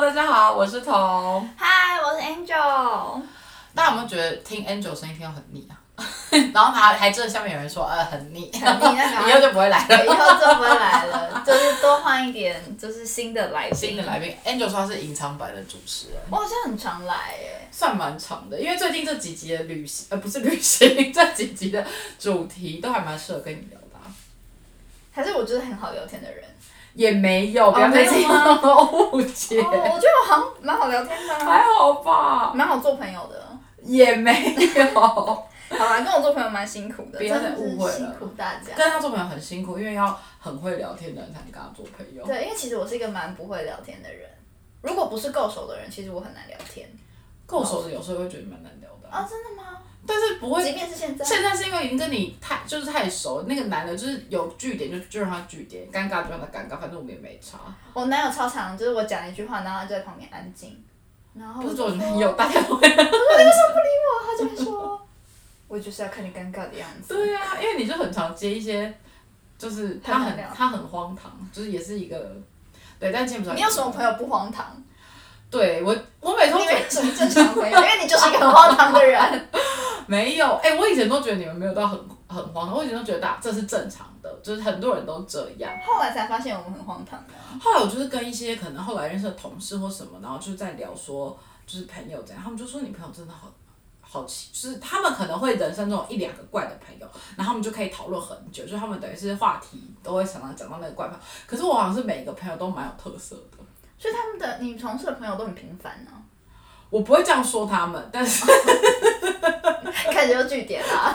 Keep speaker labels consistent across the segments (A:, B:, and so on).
A: 我是彤。
B: 嗨，我 是 Angel。
A: 大家有没有觉得听 Angel 声音听到很腻啊？ 然后还还真的下面有人说，呃，很 腻，
B: 很腻那赶快
A: 以后就不会来了。
B: 以后就不会来了，就是多换一点，就是新的来宾。
A: 新的来，宾 Angel 说他是隐藏版的主持人，
B: 我好像很常来耶。
A: 算蛮长的，因为最近这几集的旅行，呃，不是旅行， 这几集的主题都还蛮适合跟你聊的啊、
B: 还是我就是很好聊天的 人。哦
A: 也哦没有，不要再
B: 没有
A: 这
B: 吗
A: 么误解，
B: 哦，我觉得我好像蛮好聊天的
A: 还
B: 啊、
A: 好吧？
B: 蛮好做朋友的。
A: 也没有。
B: 好啦，跟我做朋友蛮辛苦的，
A: 不要
B: 真
A: 再
B: 的是
A: 误会了
B: 辛苦大 家。
A: 跟他做朋友很辛苦，因为要很会聊天的人才能跟他做朋友。
B: 对，因为其实我是一个蛮不会聊天的人，如果不是够熟的人，其实我很难聊天。
A: 够熟的有时候会觉得蛮难聊的啊、
B: 啊、真的吗？
A: 但是不会。
B: 即便是现在，
A: 现在是因为已经跟你太就是太熟，那个男的就是有据点就就让他据点，尴尬就让他尴尬，反正我们也没差。
B: 我男友超常，就是我讲一句话，然后他就在旁边安静，然后
A: 不
B: 哦我
A: 是
B: 就
A: 做
B: 说
A: 男友，大家都会。
B: 他就会说， 我就是要看你尴尬的样子。
A: 对啊，因为你就很常接一些，就是他
B: 很难
A: 很
B: 聊
A: 他很荒唐，就是也是一个对，但见不着
B: 你有什么朋友不荒唐？
A: 对我，我每次都
B: 你
A: 觉得
B: 以为什么正哎常朋 友？因为你就是一个很荒唐的 人。
A: 没有，哎、我以前都觉得你们没有到很很荒唐，我以前都觉得大这是正常的，就是很多人都这样。
B: 后来才发现我们很荒唐的。
A: 后来我就是跟一些可能后来认识的同事或什么，然后就在聊说，就是朋友这样，他们就说你朋友真的好好奇，就是他们可能会人生中有一两个怪的朋友，然后他们就可以讨论很久，就是他们等于是话题都会常常讲到那个怪朋友。可是我好像是每个朋友都蛮有特色的，
B: 所以他们的你同事的朋友都很平凡啊呢、
A: 我不会这样说他们，但是
B: 开始就据点啦，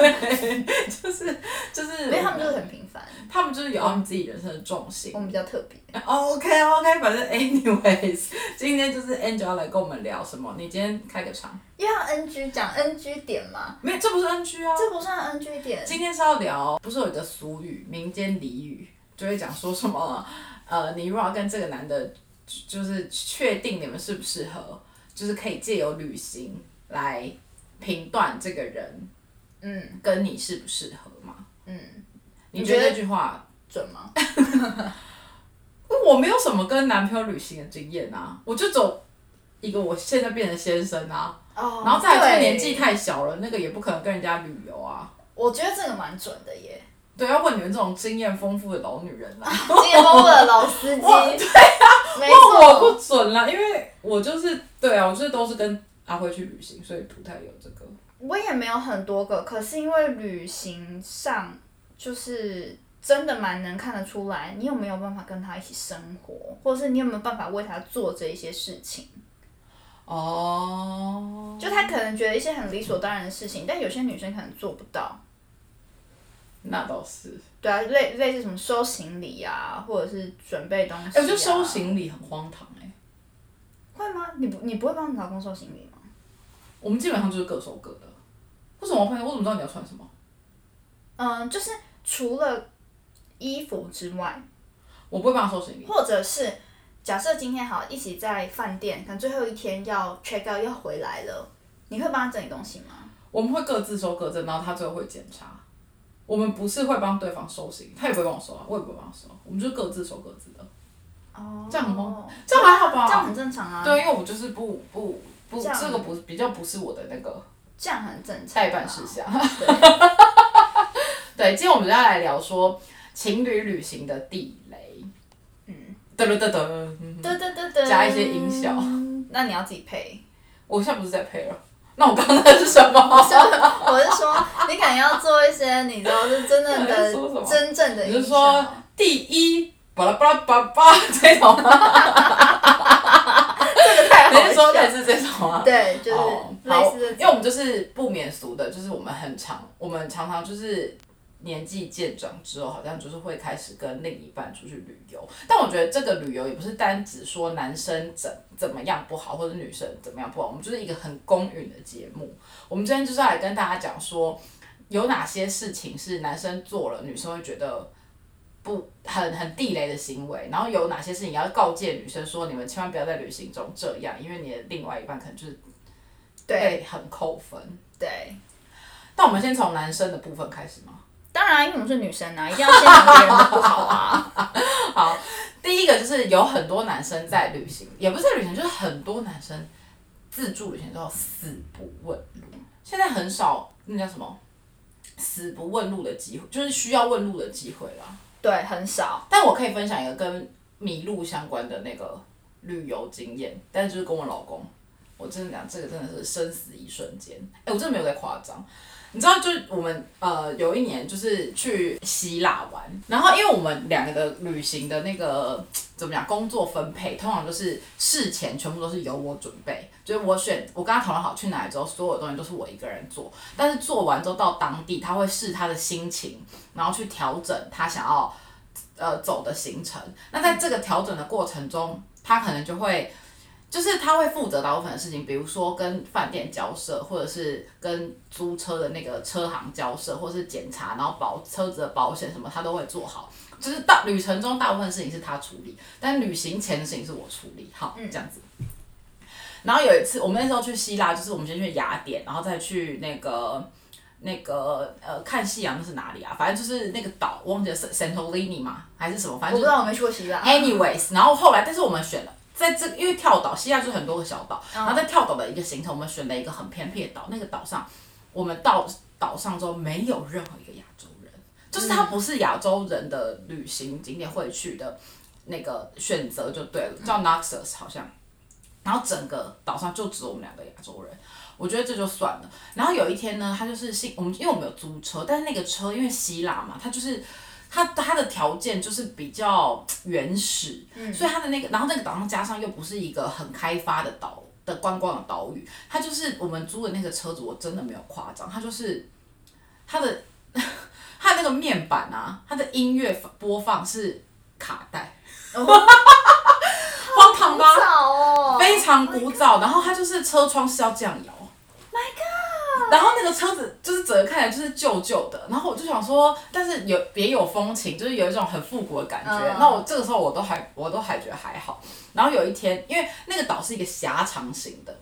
A: 就是就是，
B: 因为他们就是很平凡，
A: 他们就是有他们自己人生的重心
B: 我。们比较特别。
A: OK OK，反正哎 anyways，今天就是 Angel 要来跟我们聊什么？你今天开个场，
B: 要 NG 讲 NG 点嘛，
A: 没有，这不是 NG 啊，
B: 这不算 NG 点，
A: 今天是要聊，不是有一个俗语，民间俚语，就会讲说什么，呃，你如果要跟这个男的，就是确定你们适不适合，就是可以借由旅行来评断这个人
B: 嗯
A: 跟你适不适合嘛？
B: 嗯，
A: 你
B: 你
A: 觉
B: 觉
A: 得
B: 得
A: 这句话？
B: 准吗？
A: 我没有什么跟男朋友旅行的经验啊，我就走一个我现在变成先生啊，
B: 哦
A: 然后再来这个年纪
B: 对
A: 太小了，那个也不可能跟人家旅游啊。
B: 我觉得这个蛮准的 耶，
A: 对，要问你们这种经验丰富的老女人啦、
B: 金融风的老司机，
A: 哇
B: 对啊，没
A: 问我
B: 错，
A: 不准啦，因为我就是对啊，我就是都是跟阿辉去旅行，所以不太有这个。
B: 我也没有很多个，可是因为旅行上就是真的蛮能看得出来，你有没有办法跟他一起生活，或者是你有没有办法为他做这一些事情。
A: 哦，
B: 就他可能觉得一些很理所当然的事情，但有些女生可能做不到。
A: 那倒是。
B: 对啊，类类似什么收行李啊，或者是准备东西、啊。
A: 哎、我觉得收行李很荒唐哎、
B: 会吗？你不你不会帮你老公收行李吗？
A: 我们基本上就是各收各的。为什么我朋友？我怎么知道你要穿什么？
B: 嗯，就是除了衣服之外，
A: 我不会帮他收行李。
B: 或者是假设今天好一起在饭店，可能最后一天要 check out 要回来了，你会帮他整理东西吗？
A: 我们会各自收各自，然后他最后会检查。我们不是会帮对方收行李，他也不会帮我收啊，我也不会帮他收，我们就各自收各自的，
B: 哦
A: 这样很荒这样还好吧？
B: 这样很正常啊，
A: 对，因为我就是不不不，
B: 这样
A: 这个不比较不是我的那个
B: 这样很正常、啊。
A: 代办事项。
B: 对，
A: 对，今天我们就要来聊说情侣旅行的地雷。嗯，噔噔噔噔，
B: 对对对对，
A: 加一些音效。
B: 那你要自己配。
A: 我现在不是在配了，那我刚才是什么？
B: 我是说，你可能要做一些，你知道是真正
A: 你在 说什么
B: 的、真正的
A: 你
B: 营
A: 是
B: 销。
A: 说第一巴拉巴拉巴拉巴拉这种吗？
B: 这个太
A: 你
B: 好
A: 是说
B: 笑
A: 类
B: 了。
A: 似这种吗？
B: 对，就是
A: 哦
B: 类
A: 好
B: 似的。
A: 因为我们就是不免俗的，就是我们很常，我们常常就是年纪渐长之后，好像就是会开始跟另一半出去旅游。但我觉得这个旅游也不是单只说男生怎怎么样不好，或者女生怎么样不好，我们就是一个很公允的节目。我们今天就是要来跟大家讲说，有哪些事情是男生做了，女生会觉得。不很很地雷的行为，然后有哪些事情要告诫女生说，你们千万不要在旅行中这样，因为你的另外一半可能就是
B: 对
A: 会很扣分。
B: 对，
A: 但我们先从男生的部分开始嘛。
B: 当然，因为我们是女生啊，一定要先讲别人的不好啊。
A: 第一第一个就是有很多男生在旅行，也不是在旅行，就是很多男生自助旅行之后死不问路。现在很少那叫什么死不问路的机会，就是需要问路的机会啦。
B: 对，很少。
A: 但我可以分享一个跟迷路相关的那个旅游经验，但是就是跟我老公，我真的讲这个真的是生死一瞬间，哎、我真的没有在夸张。你知道，就是我们呃有一年就是去希腊玩，然后因为我们两个的旅行的那个怎么讲呃工作分配，通常就是事前全部都是由我准备，就是我选我跟他讨论好去哪里之后，所有东西都是我一个人做，但是做完之后到当地他会试他的心情，然后去调整他想要呃走的行程。那在这个调整的过程中，他可能就会，就是他会负责大部分的事情，比如说跟饭店交涉，或者是跟租车的那个车行交涉，或者是检查，然后保车子的保险什么，他都会做好。就是到旅程中大部分事情是他处理，但旅行前的事情是我处理。好，这样子。然后有一次，我们那时候去希腊，就是我们先去雅典，然后再去那个那个呃看夕阳是哪里啊？反正就是那个岛，我忘记了是 Santorini 嘛还是什么，反
B: 我
A: 正
B: 不
A: 就
B: 知
A: 是哎
B: 道，我没去过希腊。
A: anyways，然后后来，但是我们选了。在这，因为跳岛，希腊就是很多个小岛，然后在跳岛的一个行程，我们选了一个很偏僻的岛。那个岛上，我们到岛上之后，没有任何一个亚洲人，就是它不是亚洲人的旅行景点会去的那个选择就对了，叫 Naxos 好像。然后整个岛上就只有我们两个亚洲人，我觉得这就算了。然后有一天呢，他就是信我们，因为我们有租车，但是那个车因为希腊嘛，它就是它它的条件就是比较原始，所以它的那个，然后那个岛上加上又不是一个很开发的岛的观光的岛屿，它就是我们租的那个车子，我真的没有夸张，它就是它的 它那个面板啊，它的音乐播放是卡带， 荒唐吧？
B: 早哦，
A: 非常古早，然后它就是车窗是要这样摇。My God！然后那个车子就是整个看起来就是旧旧的，然后我就想说，但是有别有风情，就是有一种很复古的感觉。
B: 嗯
A: 那、我这个时候我都还我都还觉得还好。然后有一天，因为那个岛是一个狭长型的，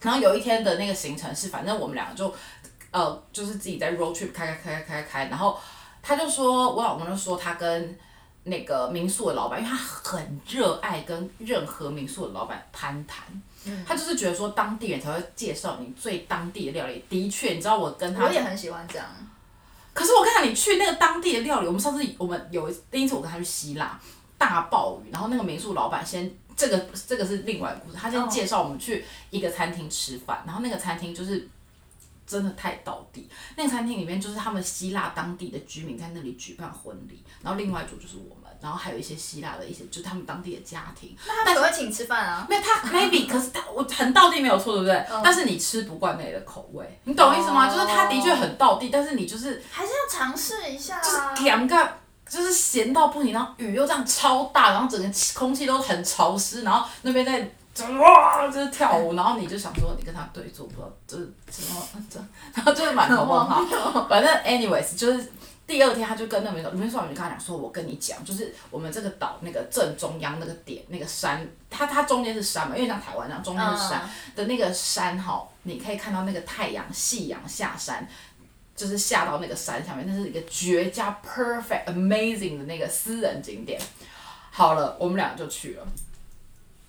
A: 然后有一天的那个行程是，反正我们两个就呃就是自己在 road trip 开开开开开开，然后他就说，我老公就说他跟那个民宿的老板，因为他很热爱跟任何民宿的老板攀谈，
B: 嗯
A: 他就是觉得说当地人才会介绍你最当地的料理。的确，你知道我跟他
B: 我，也很喜欢这样。
A: 可是我跟你讲，你去那个当地的料理，我们上次我们有第一次我跟他去希腊，大暴雨，然后那个民宿老板先。这个这个是另外一个故事，他
B: 哦
A: 先介绍我们去一个餐厅吃饭然后那个餐厅就是真的太到底。那个餐厅里面就是他们希腊当地的居民在那里举办婚礼，然后另外一组就是我们，然后还有一些希腊的一些就是他们当地的家庭。
B: 那他可会请吃饭啊？
A: 没有他 maybe，可是他我很到地没有错，对不对？但是你吃不惯那里的口味，你懂我意思吗？
B: 哦
A: 就是他的确很到地，但是你就是
B: 还是要尝试一下啊。
A: 就是两个。就是咸到不行，然后雨又这样超大，然后整个气空气都很潮湿，然后那边在就哇就是跳舞，然后你就想说你跟他对坐，不知道就是什么这，然后就是满头问号。反正 anyways 就是第二天他就跟那个民宿民宿老板就跟他讲说，我跟你讲，就是我们这个岛那个正中央那个点那个山，它它中间是山嘛，因为像台湾那样中间是山、的那个山哈，你可以看到那个太阳夕阳下山。就是下到那个山下面，那是一个绝佳、perfect、amazing 的那个私人景点。好了，我们俩就去了。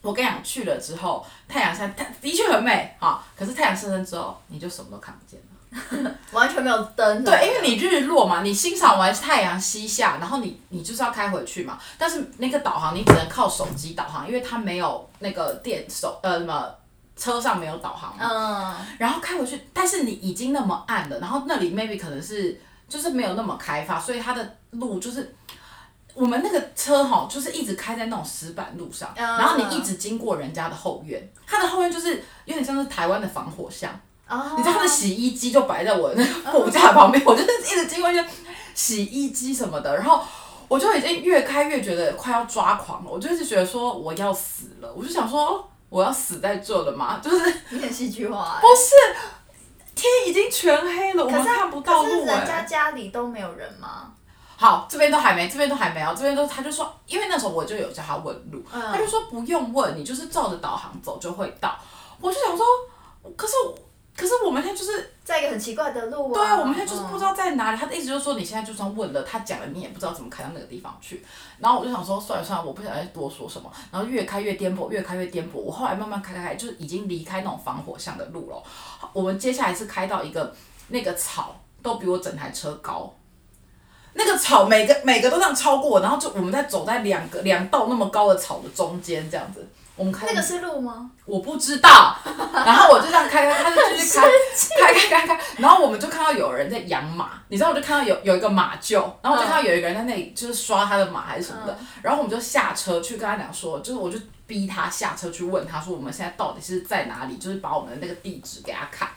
A: 我跟你讲，去了之后，太阳山它的确很美哈、可是太阳升升之后，你就什么都看不见了。
B: 完全没有灯。
A: 对，因为你日落嘛，你欣赏完太阳西下，然后你你就是要开回去嘛。但是那个导航你只能靠手机导航，因为它没有那个电手呃什么车上没有导航嘛。
B: 嗯，
A: 然后开回去，但是你已经那么暗了，然后那里 maybe 可能是就是没有那么开发，所以它的路就是。我们那个车哈，就是一直开在那种石板路上，
B: 嗯
A: 然后你一直经过人家的后院，它的后院就是有点像是台湾的防火巷，
B: 哦，嗯
A: 你知道他的洗衣机就摆在我那个副驾旁边，我就是一直经过一些洗衣机什么的，然后我就已经越开越觉得快要抓狂了，我就一直觉得说我要死了，我就想说哦我要死在这了吗？ 就是
B: 你很戏剧化欸。
A: 不是天已经全黑了，我们
B: 可是
A: 看不到
B: 可是
A: 路
B: 人家
A: 哎、
B: 家里都没有人吗？
A: 好，这边都还没，这边都还没有，这边都他就说，因为那时候我就有叫他问路，
B: 嗯
A: 他就说不用问，你就是照着导航走就会到。我就想说，可是我可是我们现在就是
B: 在一个很奇怪的路啊。
A: 对啊，我们现在就是不知
B: 嗯。
A: 道在哪里。他一直就说你现在就算问了，他讲了你也不知道怎么开到那个地方去。然后我就想说算了算了，我不想再多说什么。然后越开越颠簸，越开越颠簸。我后来慢慢开开开，就是已经离开那种防火巷的路了。我们接下来是开到一个那个草都比我整台车高。那个草每个每个都这样超过我，然后就我们在走在两个两道那么高的草的中间这样子，我们开
B: 嗯那个是路 吗？
A: 我不知道，然后我就这样开开，他就继续开开开开开，然后我们就看到有人在养马，你知道，我就看到有有一个马厩，然后我就看到有一个人在那里就是刷他的马还是什么的，然后我们就下车去跟他讲说，就是我就逼他下车去问他说我们现在到底是在哪里，就是把我们的那个地址给他看，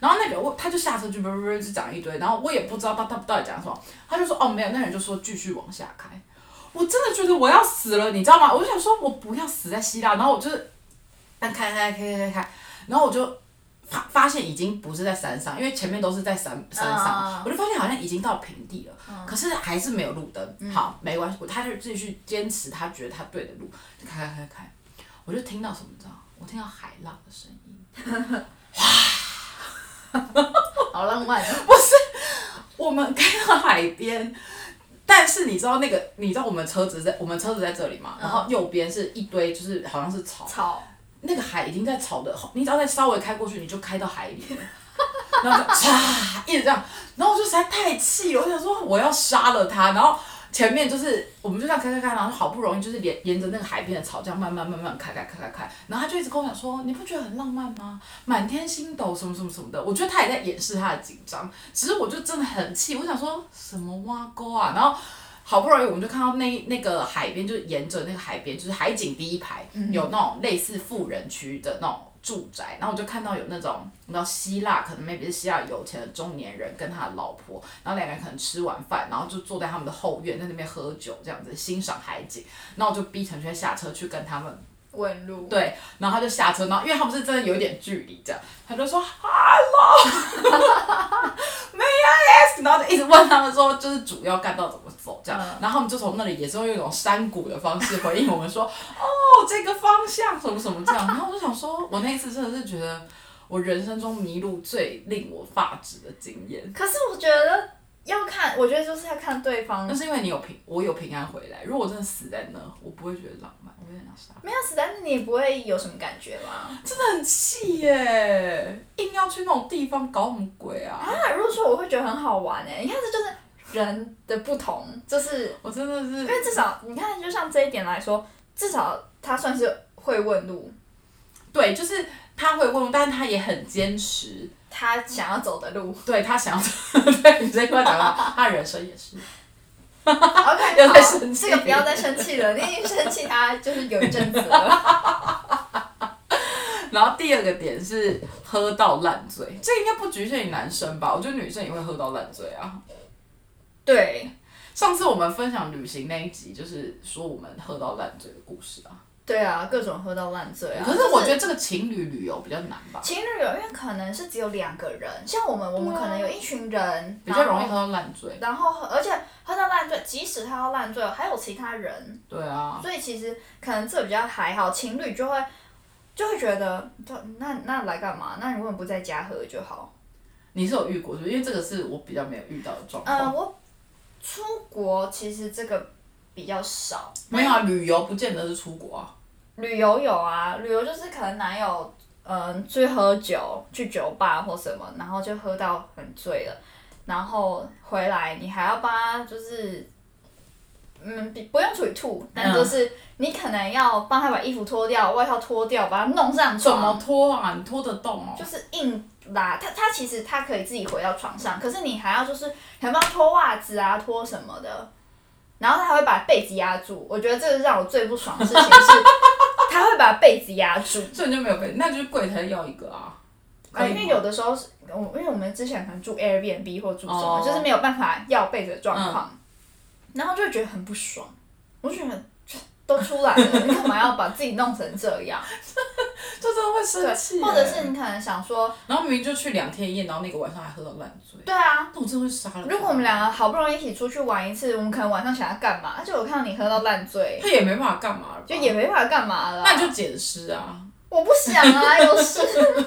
A: 然后那个我他就下车就不不不就讲一堆，然后我也不知道他他到底讲什么，他就说哦没有，那人就说继续往下开。我真的觉得我要死了，你知道吗？我就想说，我不要死在希腊，然后我就是但开开开开开开，然后我就发发现已经不是在山上，因为前面都是在山山上，
B: 嗯
A: 我就发现好像已经到平地了，可是还是没有路灯。
B: 嗯
A: 好，没关系，我他就继续坚持他觉得他对的路，就开开开开，我就听到什么，你知道吗？我听到海浪的声音。
B: 好浪漫哦。
A: 我们 开到海边，但是你知道那个，你知道我们车子在我们车子在这里嘛？然
B: 嗯
A: 后右边是一堆就是好像是草，
B: 草，
A: 那个海已经在吵的，你只要再稍微开过去，你就开到海里了。 然后就唰，一直这样，然后我就实在太气了，我想说我要杀了他。然后前面就是我们就这样开开开，然后好不容易就是沿沿着那个海边的草这样慢慢慢慢开开开开开，然后他就一直跟我讲说，你不觉得很浪漫吗？满天星斗什么什么什么的，我觉得他也在掩饰他的紧张。其实我就真的很气，我想说什么挖沟啊，然后。好不容易我们就看到那那个海边，就是沿着那个海边，就是海景第一排有那种类似富人区的那种住宅，然后我就看到有那种你知道希腊可能 maybe 是希腊有钱的中年人跟他的老婆，然后两个人可能吃完饭，然后就坐在他们的后院在那边喝酒这样子欣赏海景，然后我就逼陈轩下车去跟他们
B: 问路。
A: 对，然后他就下车，然后因为他们是真的有一点距离这样，他就说 Hello，May I ask？然后就一直问他们说，就是主要干道怎么走这样，
B: 嗯
A: 然后他们就从那里也是用一种山谷的方式回应我们说，哦，这个方向什么什么这样，然后我就想说，我那一次真的是觉得。我人生中迷路最令我发指的经验，
B: 可是我觉得要看，我觉得就是要看对方
A: 那。是因为你有平，我有平安回来。如果我真的死在那，我不会觉得浪漫，我会很想杀
B: 没有啊死，但是你也不会有什么感觉吗？
A: 真的很气耶！硬要去那种地方搞什么鬼啊？
B: 啊，如果说我会觉得很好玩哎、你看这就是人的不同，就是
A: 我真的
B: 因
A: 是，
B: 为至少你看，就像这一点来说，至少他算是会问路，
A: 对，就是他会问，但是他也很坚持，
B: 他想要走的 路。
A: 对他想要， 对你这一块讲到，他人生也是，
B: OK，
A: 又在
B: 好，
A: 生气
B: 这个不要再生气了，你已经生气他就是有一阵子了。
A: 然后第二个点是喝到烂醉，这应该不局限于男生吧？我觉得女生也会喝到烂醉啊。
B: 对
A: 上次我们分享旅行那一集，就是说我们喝到烂醉的故事啊。
B: 对啊，各种喝到烂醉啊。
A: 可是我觉
B: 就
A: 得这个情侣旅游比较难吧，
B: 情侣有，因为可能是只有两个人，像我们，我们可能有一群人，
A: 啊比较容易
B: 然
A: 喝
B: 后。
A: 到烂醉。
B: 然后喝，而且喝到烂醉，即使他要烂醉，还有其他人，
A: 对啊，
B: 所以其实可能这比较还好，情侣就会就会觉得，那那来干嘛？那你为什么不在家喝就好？
A: 你是有遇过是不是？因为这个是我比较没有遇到的状况。
B: 嗯，我出国其实这个比较少，
A: 没有啊，旅游不见得是出国啊。
B: 旅游有啊，旅游就是可能男友嗯去喝酒，去酒吧或什么，然后就喝到很醉了，然后回来你还要帮他就是。嗯，不不用处理吐，
A: 嗯
B: 但就是你可能要帮他把衣服脱掉，外套脱掉，把他弄上
A: 怎
B: 床，
A: 么拖啊？你拖得动哦
B: 就。是硬拉他，他其实他可以自己回到床上，可是你还要就是还帮他脱袜子啊，脱什么的，然后他还会把被子压住。我觉得这个让我最不爽的事情是，他会把被子压住。
A: 所以你就没有被，那就是柜台要一个啊。可以
B: 因为
A: 吗
B: 有的时候是，我因为我们之前可能住 Airbnb 或住什么，
A: 哦嗯
B: 就是没有办法要被子的状况，然后就觉得很不爽，我就觉得都出 来了，你干嘛要把自己弄成这样？
A: 就真的会
B: 对
A: 生气，耶，
B: 或者是你可能想说，
A: 然后明明就去两天一夜，然后那个晚上还喝到烂醉，
B: 对啊，
A: 那我真的会杀了他。
B: 如果我们两个好不容易一起出去玩一次，我们可能晚上想要干嘛，就我看到你喝到烂醉，
A: 他也没办法干嘛了吧，
B: 就也没办法干嘛了。啊
A: 那你就解释啊。
B: 我不想啊，有事。
A: 的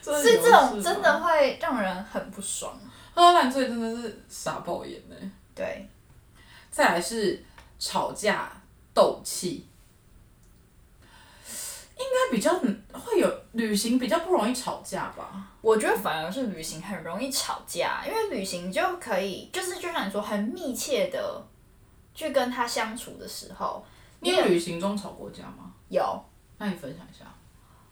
B: 所以
A: 有
B: 这
A: 事
B: 种
A: 吗
B: 真的会让人很不爽。
A: 喝到烂醉真的是傻爆眼呢、
B: 对，
A: 再来是吵架斗气，应该比较会有旅行比较不容易吵架吧？
B: 我觉得反而是旅行很容易吵架，因为旅行就可以，就是就像你说，很密切的去跟他相处的时候，
A: 你有旅行中吵过架吗？
B: 有
A: 那你分享一下。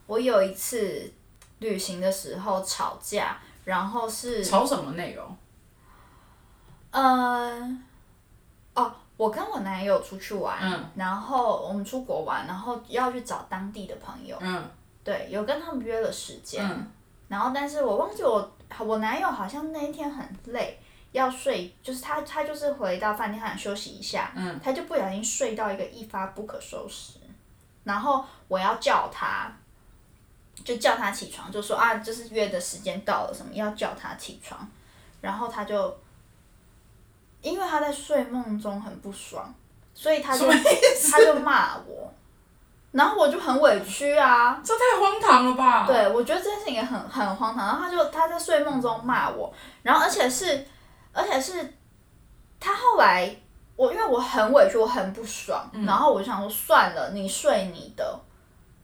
B: 我有一次旅行的时候吵架，然后是
A: 吵什么内容？
B: 嗯，哦，我跟我男友出去玩，
A: 嗯
B: 然后我们出国玩，然后要去找当地的朋友，
A: 嗯
B: 对，有跟他们约了时间，
A: 嗯
B: 然后但是我忘记我我男友好像那一天很累，要睡，就是他他就是回到饭店他想休息一下，
A: 嗯
B: 他就不小心睡到一个一发不可收拾，然后我要叫他。就叫他起床，就说啊，就是约的时间到了，什么要叫他起床，然后他就因为他在睡梦中很不爽，所以他就
A: 什么
B: 他就骂我，然后我就很委屈啊。
A: 这太荒唐了吧？
B: 对，我觉得这件事情也很很荒唐。然后他就他在睡梦中骂我，然后而且是而且是他后来我因为我很委屈，我很不爽，然后我就想说算了，你睡你的，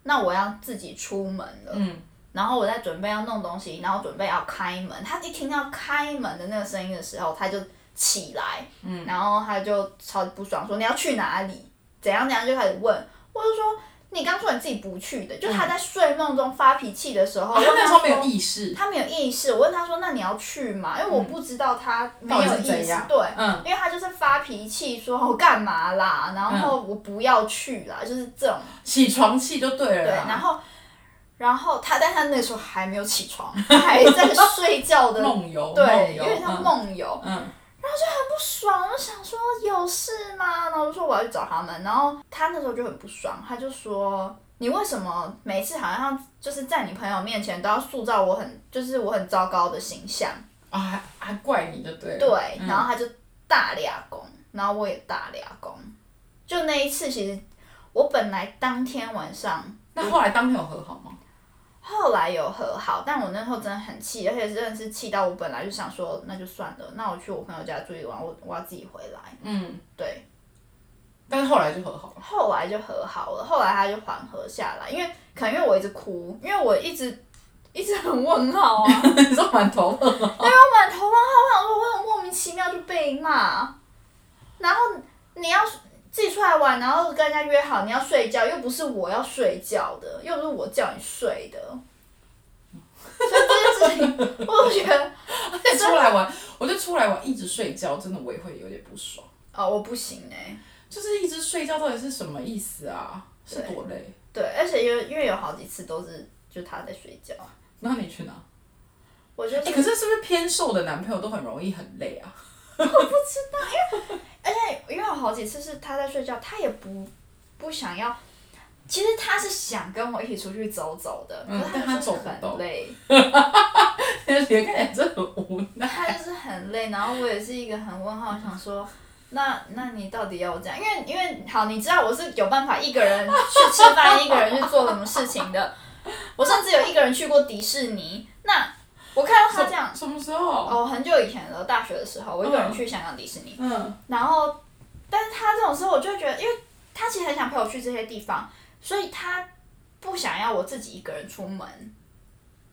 B: 那我要自己出门了。
A: 嗯，
B: 然后我在准备要弄东西，然后准备要开门，他一听到开门的那个声音的时候，他就起来，嗯，然后他就超级不爽，说你要去哪里，怎样怎样，就开始问，我就说你刚说你自己不去的，就他在睡梦中发脾气的时候，
A: 啊，他嗯
B: 问
A: 那时候没有
B: 说
A: 意识，
B: 他没有意识，我问他说那你要去吗？因为我不知道他没有
A: 到底
B: 意
A: 是怎
B: 识
A: 样，
B: 对，
A: 嗯
B: 因为他就是发脾气说我干嘛啦，然后
A: 嗯
B: 我不要去啦，就是这种。
A: 起床气就对啊了
B: 对，
A: 啦。
B: 然后，然后他，但他那时候还没有起 床，他还在睡觉的，
A: 梦游，
B: 对，有
A: 游
B: 点像。梦游，
A: 嗯嗯，
B: 不爽。我想说有事吗？然后我就说我要去找他们，然后他那时候就很不爽，他就说你为什么每次好像就是在你朋友面前都要塑造我很就是我很糟糕的形象？
A: 啊，还还怪你就对了。
B: 对，
A: 嗯
B: 然后他就大俩工，然后我也大俩工，就那一次其实我本来当天晚上
A: 那后来当天有和好吗？
B: 后来有和好，但我那时候真的很气，而且真的是气到我本来就想说，那就算了，那我去我朋友家住一晚，我我要自己回来。
A: 嗯，
B: 对，
A: 但是后来就和好了。
B: 后来就和好了，后来他就缓和下来，因为可能因为我一直哭，因为我一直一直很问号 啊，
A: 你说满头问号
B: 我满头问号，我想说我很莫名其妙就被骂，然后你要自己出来玩，然后跟人家约好你要睡觉，又不是我要睡觉的，又不是我叫你睡的，所以这件事情，我就觉得。
A: 再出来玩，我就出来玩，一直睡觉，真的我也会有点不爽。
B: 哦，我不行哎、
A: 就是一直睡觉到底是什么意思啊？是多累？
B: 对，而且因为因为有好几次都是就他在睡觉，
A: 那你去哪？
B: 我就、
A: 哎、可是是不是偏瘦的男朋友都很容易很累啊？
B: 而
A: 哎
B: 且因为有好几次是他在睡觉，他也不不想要。其实他是想跟我一起出去走走的，
A: 嗯
B: 可是
A: 但他
B: 就是
A: 走不
B: 很
A: 动
B: 累，
A: 脸看起来真的很无奈。
B: 他就是很累。然后我也是一个很问号，想说，那那你到底要我这样？因为因为好，你知道我是有办法一个人去吃饭，一个人去做什么事情的。我甚至有一个人去过迪士尼。那我看到他这样，
A: 什么时候？
B: 哦，很久以前了，大学的时候，我一个人去香港迪士尼，
A: 嗯，
B: 然后，但是他这种时候，我就会觉得，因为他其实很想陪我去这些地方，所以他不想要我自己一个人出门。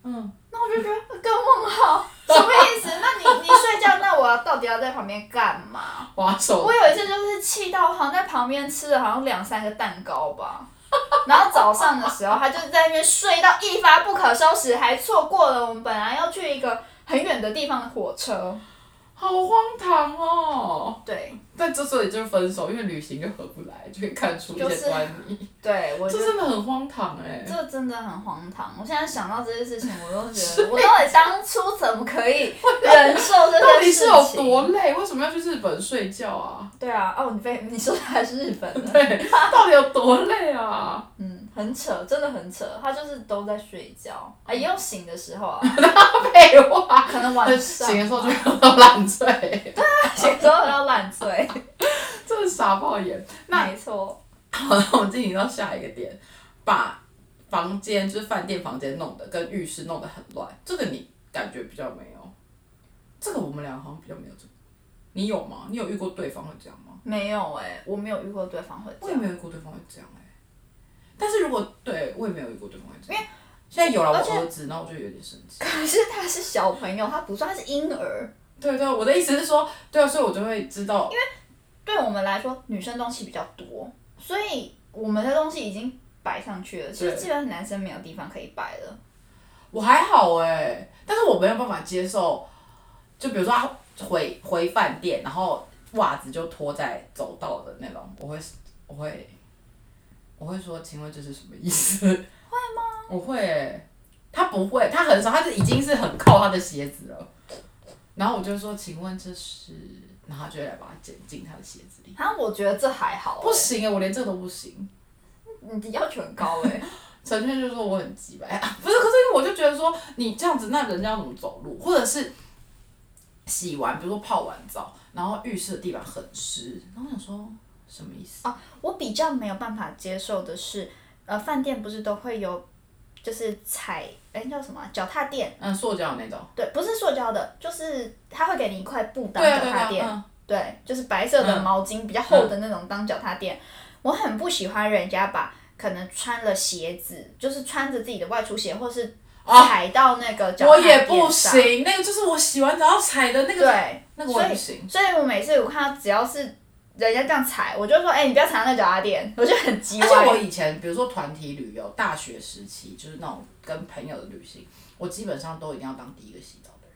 A: 嗯，
B: 那我就觉得呃跟问号 什么意思？那你你睡觉，那我要到底要在旁边干嘛？
A: 滑手
B: 我有一次就是气到，好像在旁边吃了好像两三个蛋糕吧。 然后早上的时候，他就在那边睡到一发不可收拾，还错过了我们本来要去一个很远的地方的火车。
A: 好荒唐哦。
B: 对
A: 但之所以就是分手，因为旅行就合不来，就会看出一
B: 就是
A: 些端倪。
B: 对，我
A: 这
B: 就
A: 真的很荒唐哎、
B: 这真的很荒唐。我现在想到这些事情，我都觉 得我到底当初怎么可以 忍受
A: 到
B: 这
A: 底是
B: 些事
A: 有
B: 情？
A: 多累？为什么要去日本睡觉啊？
B: 对啊，哦，你被你说他是日本的，
A: 对，到底有多累啊？
B: 嗯，很扯，真的很扯。他就是都在睡觉，啊，也有醒的时候啊，
A: 废话，
B: 可能晚 上
A: 醒的时候就喝到烂醉，
B: 醒的时候要烂 醉。
A: 真的傻爆眼。那
B: 没错，
A: 好，那我们进行到下一个点，把房间就是饭店房间弄的跟浴室弄得很乱，这个你感觉比较没有，这个我们俩好像比较没有这个，你有吗？你有遇过对方会这样吗？
B: 没有哎、我没有遇过对方会
A: 我
B: 这
A: 也
B: 样。
A: 没有遇过对方会这样哎、但是如果对我也没有遇过对方会这样，现在有了我
B: 而且
A: 儿子，然后我就有点生气。
B: 可是他是小朋友，他不算，他是婴儿。
A: 对对，我的意思是说，对啊，所以我就会知道，
B: 对我们来说，女生东西比较多，所以我们的东西已经摆上去了。其实
A: 对
B: 基本上男生没有地方可以摆了。
A: 我还好哎、但是我没有办法接受，就比如说他回回饭店，然后袜子就拖在走道的那种，我会我会我会说，请问这是什么意思？ 会吗？我会、欸，他不会，他很少，他是已经是很靠他的鞋子了，然后我就说，请问这是，然后他就会来把它捡进他的鞋子里。
B: 然后我觉得这还好、
A: 不行欸我连这都不行。
B: 你的要求很高 哎、
A: 陈圈就说我很急白，啊不是，可是因为我就觉得说你这样子，那人家要怎么走路，或者是洗完，比如说泡完澡，然后浴室的地板很湿，然后我想说什么意思？
B: 啊我比较没有办法接受的是，呃，饭店不是都会有，就是踩，哎、叫什么啊脚踏垫？
A: 嗯，塑胶的那种，
B: 对，不是塑胶的，就是他会给你一块布当
A: 对啊
B: 脚
A: 对
B: 踏
A: 啊，
B: 垫，
A: 嗯，
B: 对，就是白色的
A: 嗯
B: 毛巾、比较厚的那种当脚踏垫。我很不喜欢人家把可能穿了鞋子，就是穿着自己的外出鞋，或是
A: 啊
B: 踩到那个脚踏
A: 我
B: 垫
A: 也不
B: 上。
A: 行，那个就是我洗完澡要踩的那个，哎
B: 对，
A: 那个我也不行。
B: 所以我每次我看到只要是人家这样踩，我就说，哎、你不要踩到那脚踏垫，我就很急。
A: 而且我以前，比如说团体旅游，大学时期就是那种跟朋友的旅行，我基本上都一定要当第一个洗澡的人。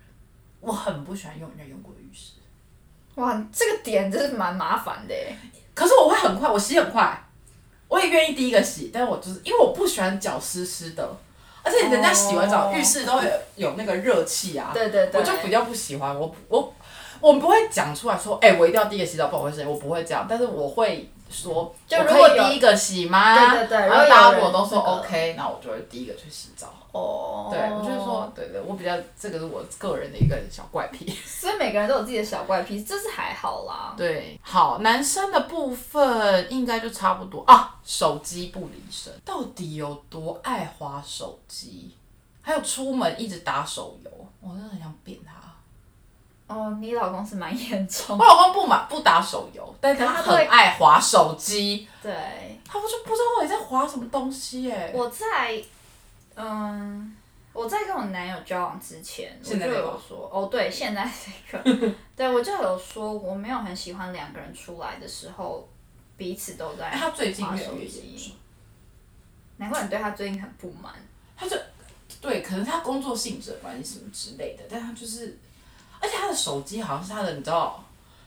A: 我很不喜欢用人家用过的浴室，
B: 哇，这个点真是蛮麻烦的欸耶。
A: 可是我会很快，我洗很快，我也愿意第一个洗，但是我就是因为我不喜欢脚湿湿的，而且人家洗完澡、
B: 哦
A: 浴室都会有那个热气啊，
B: 对对对，
A: 我就比较不喜欢，我我我不会讲出来说，哎、我一定要第一个洗澡，不好意思，我不会这样，但是我会说，
B: 就
A: 我
B: 如果
A: 可以
B: 有
A: 第一个洗吗？
B: 对对对
A: 然后大家如
B: 如果
A: 果
B: 有人
A: 都说
B: 那个
A: OK，那我就会第一个去洗澡。
B: 哦，
A: 对，我就是说，，对对，我比较这个是我个人的一个小怪癖。
B: 所以每个人都有自己的小怪癖，这是还好啦。
A: 对，好，男生的部分应该就差不多啊。手机不离身，到底有多爱滑手机？还有出门一直打手游，我真的很想扁他。
B: 哦，你老公是蛮严重，
A: 我老公不买不打手游，但是
B: 可是
A: 他
B: 他
A: 很
B: 会
A: 爱滑手机，
B: 对，
A: 他就不知道到底在滑什么东西耶、
B: 我在，嗯，我在跟我男友交往之前，我
A: 现在
B: 就
A: 这个
B: 有说，哦，对，现在 这个，对我就有说，我没有很喜欢两个人出来的时候，彼此都在
A: 哎他最近
B: 滑
A: 越来
B: 手
A: 越严重
B: 机，。难怪你对他最近很不满。
A: 他就对，可能他工作性质的关系什么之类的，但他就是，而且他的手机好像是他的，你知道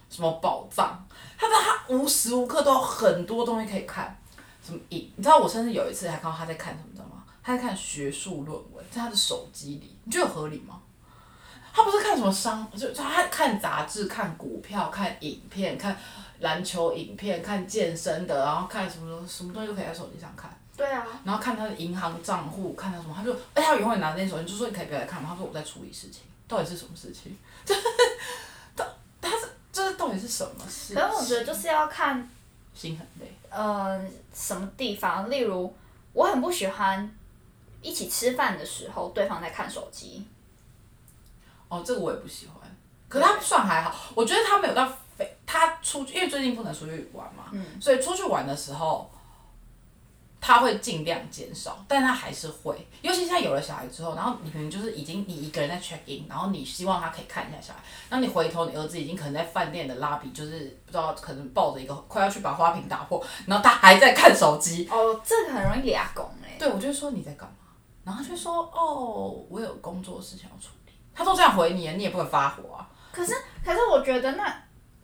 A: 什么宝藏？他的他无时无刻都有很多东西可以看，什么影？你知道我甚至有一次还看到他在看什么，你知道吗？他在看学术论文，在他的手机里，你觉得合理吗？他不是看什么商，就就他看杂志、看股票、看影片、看篮球影片、看健身的，然后看什么什么东西都可以在手机上看。
B: 对啊，
A: 然后看他的银行账户，看他什么，他就，而且他永远拿着那手机，就说你可以不要来看嘛。他说我在处理事情，到底是什么事情？ 就是到，他是，这到底是什么事？
B: 可是我觉得就是要看
A: 心很累。
B: 呃什么地方，例如我很不喜欢一起吃饭的时候对方在看手机，
A: 哦，这个我也不喜欢。可是他算还好，我觉得他没有到非他出去，因为最近不能出去玩嘛，所以出去玩的时候，他会尽量减少，但他还是会，尤其现在有了小孩之后，然后你可能就是已经你一个人在 check in，然后你希望他可以看一下小孩，然后你回头你儿子已经可能在饭店的拉比，就是不知道可能抱着一个快要去把花瓶打破，然后他还在看手机，
B: 哦，这个很容易俩拱哎、
A: 对，我就说你在干嘛？然后他就说哦，我有工作的事情要处理。他都这样回你了，你也不会发火啊。
B: 可是可是我觉得那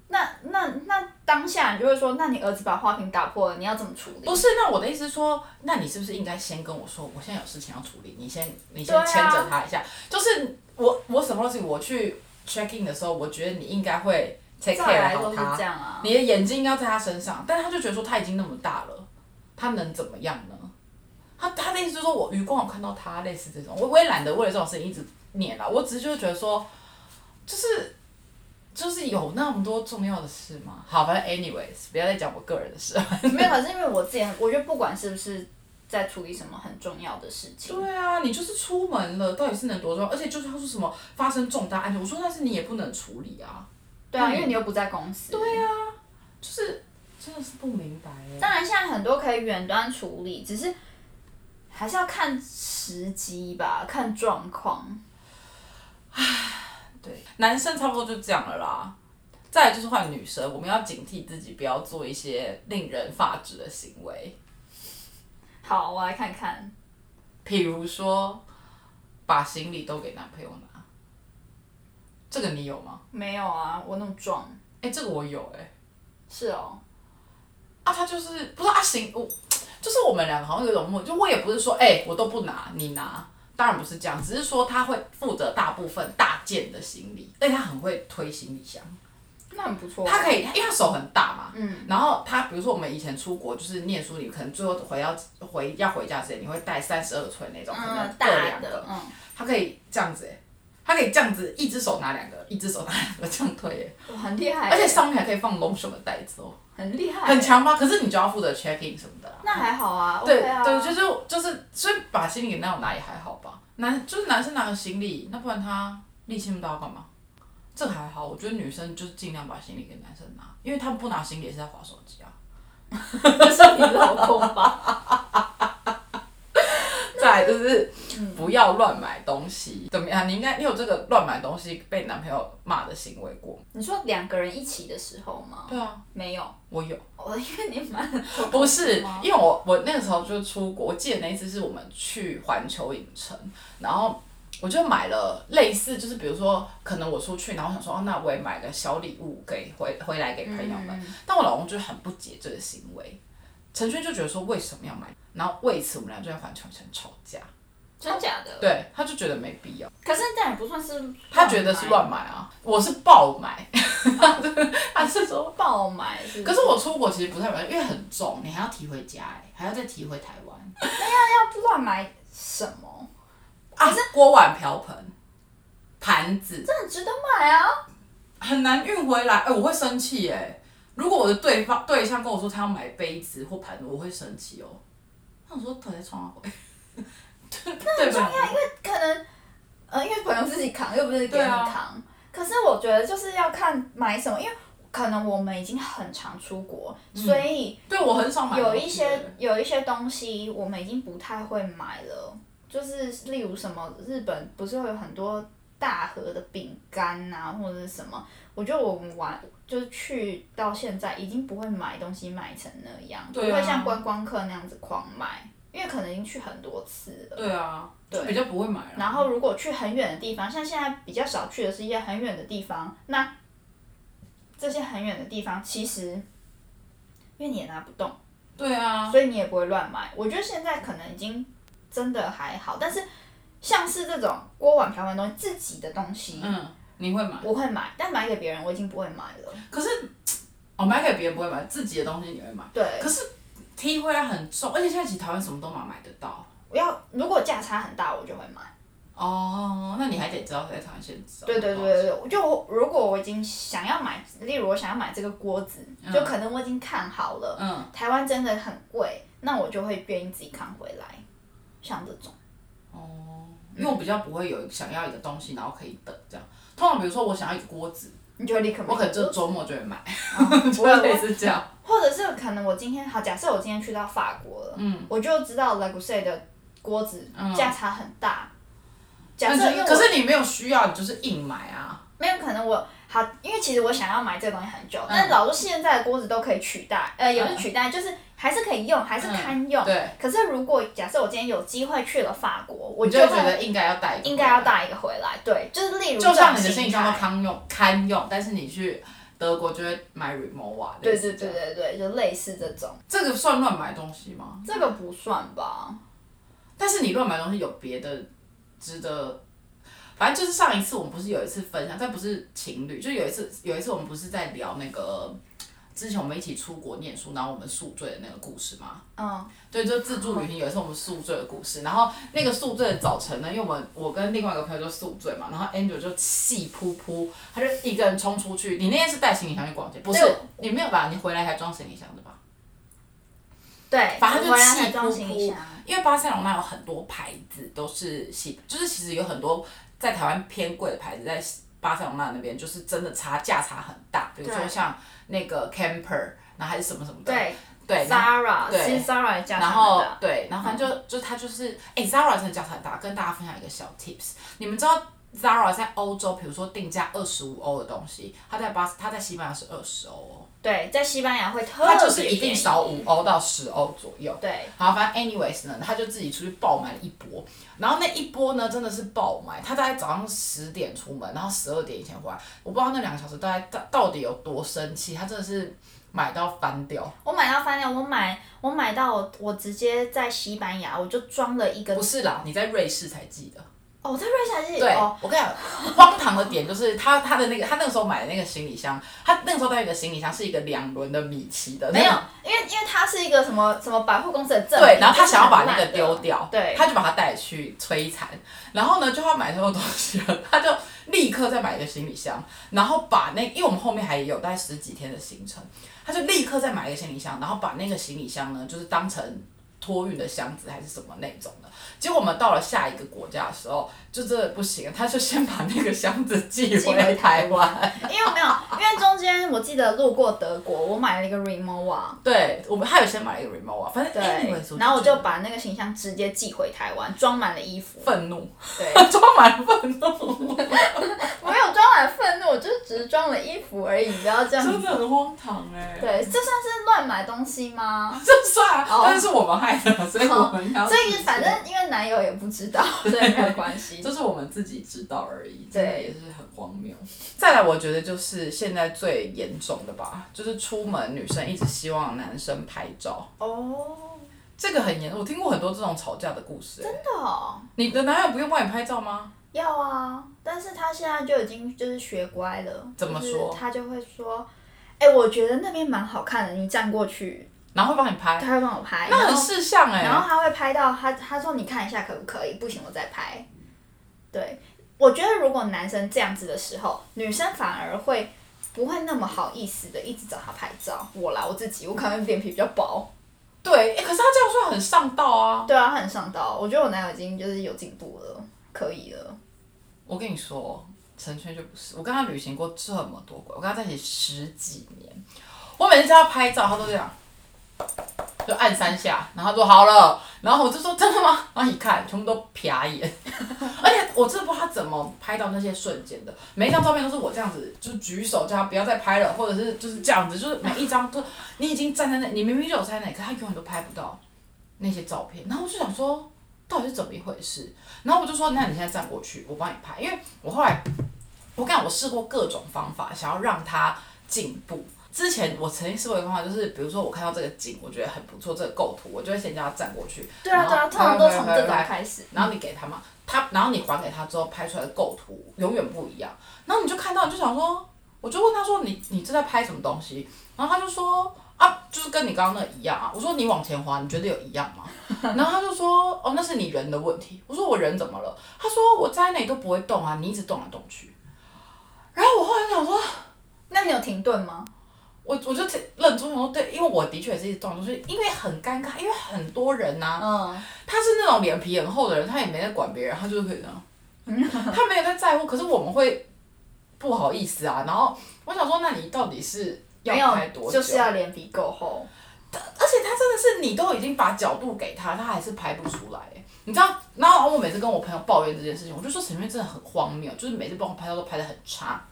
B: 那那那当下你就会说，那你儿子把花瓶打破了，你要怎么处理？
A: 不是，那我的意思是说，那你是不是应该先跟我说，我现在有事情要处理，你先你先
B: 对啊
A: 牵着他一下。就是我我 supposing 我去 check in 的时候，我觉得你应该会 take
B: 照理来
A: care
B: 说
A: 好
B: 是
A: 他
B: 这，样 啊。
A: 你的眼睛应该要在他身上，但是他就觉得说他已经那么大了，他能怎么样呢？他他的意思就是说我余光有看到他类似这种，我我也懒得为了这种事情一直念了，我只是就觉得说，就是就是有那么多重要的事吗？好，反正 anyways，不要再讲我个人的事。
B: 没有，可是因为我之前我觉得不管是不是在处理什么很重要的事情。
A: 对啊，你就是出门了，到底是能多重要？而且就是他说什么发生重大案件，我说但是你也不能处理啊，
B: 对啊，因为你又不在公司。对啊。
A: 就是真的是不明白哎。
B: 当然，现在很多可以远端处理，只是还是要看时机吧，看状况。
A: 对，男生差不多就这样了啦。再来就是换女生，我们要警惕自己，不要做一些令人发指的行为，
B: 好，我来看看。
A: 比如说把行李都给男朋友拿，这个你有吗？
B: 没有啊，我那么壮。
A: 哎、这个我有哎、
B: 是哦，
A: 啊，他就是不是啊行，我就是我们两个好像有一种默契，就我也不是说哎、我都不拿，你拿，当然不是这样，只是说他会负责大部分大件的行李，而且他很会推行李箱，
B: 那很不错啊。
A: 他可以，因为他手很大嘛，
B: 嗯，
A: 然后他比如说我们以前出国就是念书，你可能最后回到回要回家之前，你会带三十二寸那种，可能
B: 嗯，
A: 各
B: 大
A: 两
B: 的
A: 个，，
B: 嗯，
A: 他可以这样子、欸，他可以这样子，一只手拿两个，一只手拿两个这样推、欸，
B: 哇很厉害欸，
A: 而且上面还可以放隆胸的袋子哦、
B: 很厉害欸，
A: 很强吧？可是你就要负责 check in 什么的啊。
B: 那还好啊，
A: 对
B: OK 啊，
A: 对， 就是就是，所以把行李给那种拿也还好吧。男就是男生拿个行李，那不然他力气那么大要干嘛？这个还好，我觉得女生就是尽量把行李给男生拿，因为他们不拿行李也是在划手机啊。
B: 这是你老公吧？
A: 再来就是
B: 嗯
A: 不要乱买东西，怎么样？你应该你有这个乱买东西被男朋友骂的行为过吗？
B: 你说两个人一起的时候吗？
A: 对啊，
B: 没有，
A: 我有。
B: 我哦因为你蛮
A: 不是，因为我我那个时候就出国，我记得那一次是我们去环球影城，然后我就买了类似，就是比如说，可能我出去，然后我想说，哦，那我也买个小礼物给回回来给朋友们，
B: 嗯
A: 但我老公就很不解这个行为，陈轩就觉得说为什么要买，然后为此我们俩就在环球影城吵架，
B: 真假的，
A: 对，他就觉得没必要，
B: 可是但也不算是乱买，
A: 他觉得是乱买啊，我是爆买，
B: 啊
A: 他是说
B: 爆买是不
A: 可
B: 是，
A: 是我出国其实不太买，因为很重，你还要提回家、欸，还要再提回台湾。
B: 要乱买什么？
A: 啊，是锅碗瓢盆、盘子
B: 那很值得买啊！
A: 很难运回来，哎、我会生气哎、如果我的对方对象跟我说他要买杯子或盘子，我会生气哦、那我说腿在床 上，对吧？
B: 可能，呃，因为朋友自己扛，又不是给
A: 对
B: 你
A: 啊
B: 扛。可是我觉得就是要看买什么，因为可能我们已经很常出国，
A: 嗯
B: 所以
A: 对我很少买东
B: 有
A: 西。
B: 一些有一些东西我们已经不太会买了，就是例如什么日本不是会有很多大盒的饼干呐，或者是什么，我觉得我们玩就是去到现在已经不会买东西买成那样，
A: 对啊
B: 不会像观光客那样子狂买，因为可能已经去很多次了。
A: 对啊，就比较不会买了。
B: 然后如果去很远的地方，像现在比较少去的是一些很远的地方，那这些很远的地方其实，因为你也拿不动，
A: 对啊，
B: 所以你也不会乱买。我觉得现在可能已经真的还好，但是像是这种锅碗瓢盆东西自己的东西。
A: 嗯，你会买，
B: 我会买，但买给别人我已经不会买了。
A: 可是哦，买给别人不会买，自己的东西你会买，
B: 对，
A: 可是提回来很重，而且现在其实台湾什么都买买得到。
B: 我要如果价差很大，我就会买。
A: 哦，那你还得知道在台湾限制。
B: 对对对对，对，就我如果我已经想要买，例如我想要买这个锅子，就可能我已经看好了，
A: 嗯。
B: 台湾真的很贵，那我就会愿意自己扛回来，像这种。
A: 哦因为我比较不会有想要一个东西，然后可以等这样。通常比如说我想要一个锅子，
B: 你就会立刻买
A: 我可能就周末就会买， 就
B: 我
A: 会类似这样。
B: 或者是可能我今天好，假设我今天去到法国了，嗯，我就知道 La g u s e 的锅子价差很大。假设
A: 但
B: 因为
A: 是
B: 我
A: 可是你没有需要，你就是硬买啊。
B: 没有可能我好，因为其实我想要买这个东西很久，
A: 嗯
B: 但老实说现在的锅子都可以取代，呃，也不是取代，就是还是可以用，还是堪用。
A: 嗯对，
B: 可是如果假设我今天有机会去了法国，我
A: 你就
B: 就
A: 会觉
B: 会
A: 得应该要带一个，
B: 应该要。带一个回来。对，就是例如
A: 就像你的
B: 这种
A: 行李
B: 心
A: 箱
B: 态
A: 都堪用堪用，但是你去德国就会买 Remova。
B: 对对对，对对，就类似这种，
A: 这个算乱买东西吗？
B: 这个不算吧？
A: 但是你乱买东西有别的值得，反正就是上一次我们不是有一次分享，但不是情侣，就有一次有一次我们不是在聊那个之前我们一起出国念书，然后我们宿醉的那个故事吗？
B: 嗯，
A: 对，就自助旅行有一次我们宿醉的故事，然后那个宿醉的早晨呢，因为我们我跟另外一个朋友就宿醉嘛，然后 Angel 就气扑扑，他就一个人冲出去。你那天是带行李箱去逛街，不是
B: 对？
A: 你没有吧？你回来还装行李箱的吧？
B: 对，
A: 反正
B: 我
A: 就
B: 要台
A: 气
B: 中
A: 扑
B: 行李
A: 扑
B: 箱。。
A: 因为巴塞隆那有很多牌子都是西，就是其实有很多在台湾偏贵的牌子，在巴塞隆那那边就是真的差价差很大。比如说
B: 对
A: 像那个 Camper，然后还是什么什么的。
B: 对
A: 对，然后
B: Zara，
A: 对
B: 其实 Zara 也加
A: 然
B: 上
A: 后
B: 的，
A: 对，然后反正就、就他就是，哎、z a r a 真的价差很大，跟大家分享一个小 tips，你们知道 Zara 在欧洲，比如说定价二十五欧的东西，它在巴它在西班牙是二十欧哦，
B: 对，在西班牙会特别
A: 它就是一
B: 便
A: 定
B: 宜
A: 少五欧到十欧左右。
B: 对，
A: 好，反正 anyways 呢，他就自己出去爆买了一波，然后那一波呢真的是爆买，他大概早上十点出门，然后十二点以前回来，我不知道那两个小时大概到到底有多生气，他真的是买到翻掉。
B: 我买到翻掉，我买我买到我我直接在西班牙我就装了一个
A: 不是啦，你在瑞士才记得。
B: 哦，在瑞士还是
A: 对，
B: 哦，
A: 我跟你讲，荒唐的点就是他他的那个他那个时候买的那个行李箱，他那个时候带一个行李箱是一个两轮的米奇的，
B: 没
A: 那
B: 有
A: 个，
B: 因为因为它是一个什么什么百货公司的赠品
A: 对，然后他想要把那个
B: 就是很烂的
A: 丢掉，
B: 对，
A: 他就把它带去摧残，然后呢就要买这么多东西了，他就立刻再买一个行李箱，然后把那因为我们后面还有大概十几天的行程，他就立刻再买一个行李箱，然后把那个行李箱呢就是当成托运的箱子还是什么那种的。结果我们到了下一个国家的时候，就真的不行，他就先把那个箱子寄
B: 寄
A: 回
B: 回
A: 台湾。
B: 因为没有，因为中间我记得路过德国，我买了一个 Remova，
A: 对，我们他有先买了一个 remote 啊，反正
B: 对
A: anyways，
B: 然后我
A: 觉
B: 就
A: 得
B: 把那个形象直接寄回台湾，装满了 衣服，
A: 愤怒，
B: 对，
A: 装满了愤怒，
B: 我没有装满愤怒，我就只是装了衣服而已，不要这样
A: 真
B: 子
A: 的。很荒唐哎、
B: 对，这算是乱买东西 吗？
A: 这算啊，
B: 哦
A: 但是我们害的，所以我们要自
B: 所
A: 己说。
B: 以反正因为男友也不知 道，所以没有关系。
A: 就是我们自己知道而已，
B: 对
A: 真的也是很荒谬。再来，我觉得就是现在最严重的吧，就是出门女生一直希望男生拍照，
B: 哦，
A: 这个很严。我听过很多这种吵架的故事、欸
B: 真的哦，
A: 你的男友不用帮你拍照吗？
B: 要啊，但是他现在就已经就是学乖了，
A: 怎么
B: 就是
A: 说
B: 他就会说，哎、我觉得那边蛮好看的，你站过去，
A: 然后会帮你拍，
B: 他会帮我拍，
A: 那
B: 然
A: 很
B: 后
A: 事项哎、
B: 然后他会拍到他，他说你看一下可不可以？不行我再拍。对，我觉得如果男生这样子的时候，女生反而会不会那么好意思的一直找他拍照。我啦，我自己，我可能脸皮比较薄，
A: 对、欸可是他这样说很上道啊。
B: 对啊，他很上道。我觉得我男友已经就是有进步了，可以了。
A: 我跟你说，陈轩就不是，我跟他旅行过这么多国，我跟他在一起十几年，我每次叫他拍照，他都这样，就按三下，然后他说好了，然后我就说真的吗？然后一看，全部都瞟眼， 而且我真的不知道他怎么拍到那些瞬间的，每一张照片都是我这样子，就是举手叫他不要再拍了，或者是就是这样子，就是每一张都你已经站在那，你明明就有站在那里，可他永远都拍不到那些照片，然后我就想说。到底是怎么一回事？然后我就说，那你现在站过去，我帮你拍。因为我后来，我跟你讲我试过各种方法，想要让他进步。之前我曾经试过一个方法，就是比如说我看到这个景，我觉得很不错，这个构图，我就会先叫他站过去。
B: 对啊，
A: 然后
B: 对啊，通常都
A: 拍
B: 从
A: 拍拍
B: 这种
A: 拍
B: 开始。
A: 然后你给他嘛，他然后你还给他之后拍出来的构图永远不一样，然后你就看到你就想说，我就问他说你你这在拍什么东西，然后他就说啊就是跟你刚刚那一样啊，我说你往前滑，你觉得有一样吗？ 然后他就说哦那是你人的问题，我说我人怎么了？他说我站在那里都不会动啊，你一直动来动去，然后我后来就想说。
B: 那你有停顿吗？
A: 我我就愣住，想说对，因为我的确也是一直动来动去，因为很尴尬，因为很多人啊呐、
B: 嗯，
A: 他是那种脸皮很厚的人，他也没在管别人，他就是可以这样， 他没有在在乎。可是我们会不好意思啊。然后我想说，那你到底是要
B: 没有
A: 拍，多久？啊
B: 就是要脸皮够厚。
A: 而且他真的是你都已经把角度给他，他还是拍不出来欸。你知道，然后我每次跟我朋友抱怨这件事情，我就说陈轩真的很荒谬，就是每次帮我拍照都拍的很差。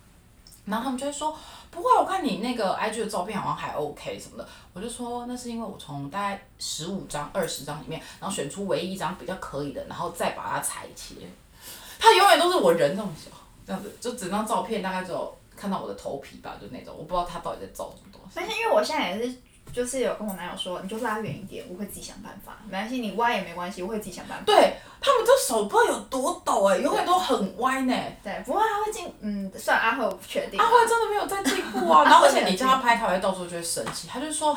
A: 然后他们就会说，不会啊，我看你那个 IG 的照片好像还 OK 什么的。我就说，那是因为我从大概十五张、二十张里面，然后选出唯一一张比较可以的，然后再把它裁切。他永远都是我人这么小，这样子，就整张照片大概只有看到我的头皮吧，就那种，我不知道他到底在照什么东西。
B: 而且因为我现在也是，就是有跟我男友说，你就拉远一点，我会自己想办法，没关系，你歪也没关系，我会自己想办法。
A: 对他们这手不知道有多抖哎、永远都很歪呢、
B: 对，不过他会进，嗯，算阿慧我不确定。
A: 阿慧真的没有在进步啊，然后而且你叫他
B: 阿
A: 拍，他还到时候就会生气，他就说，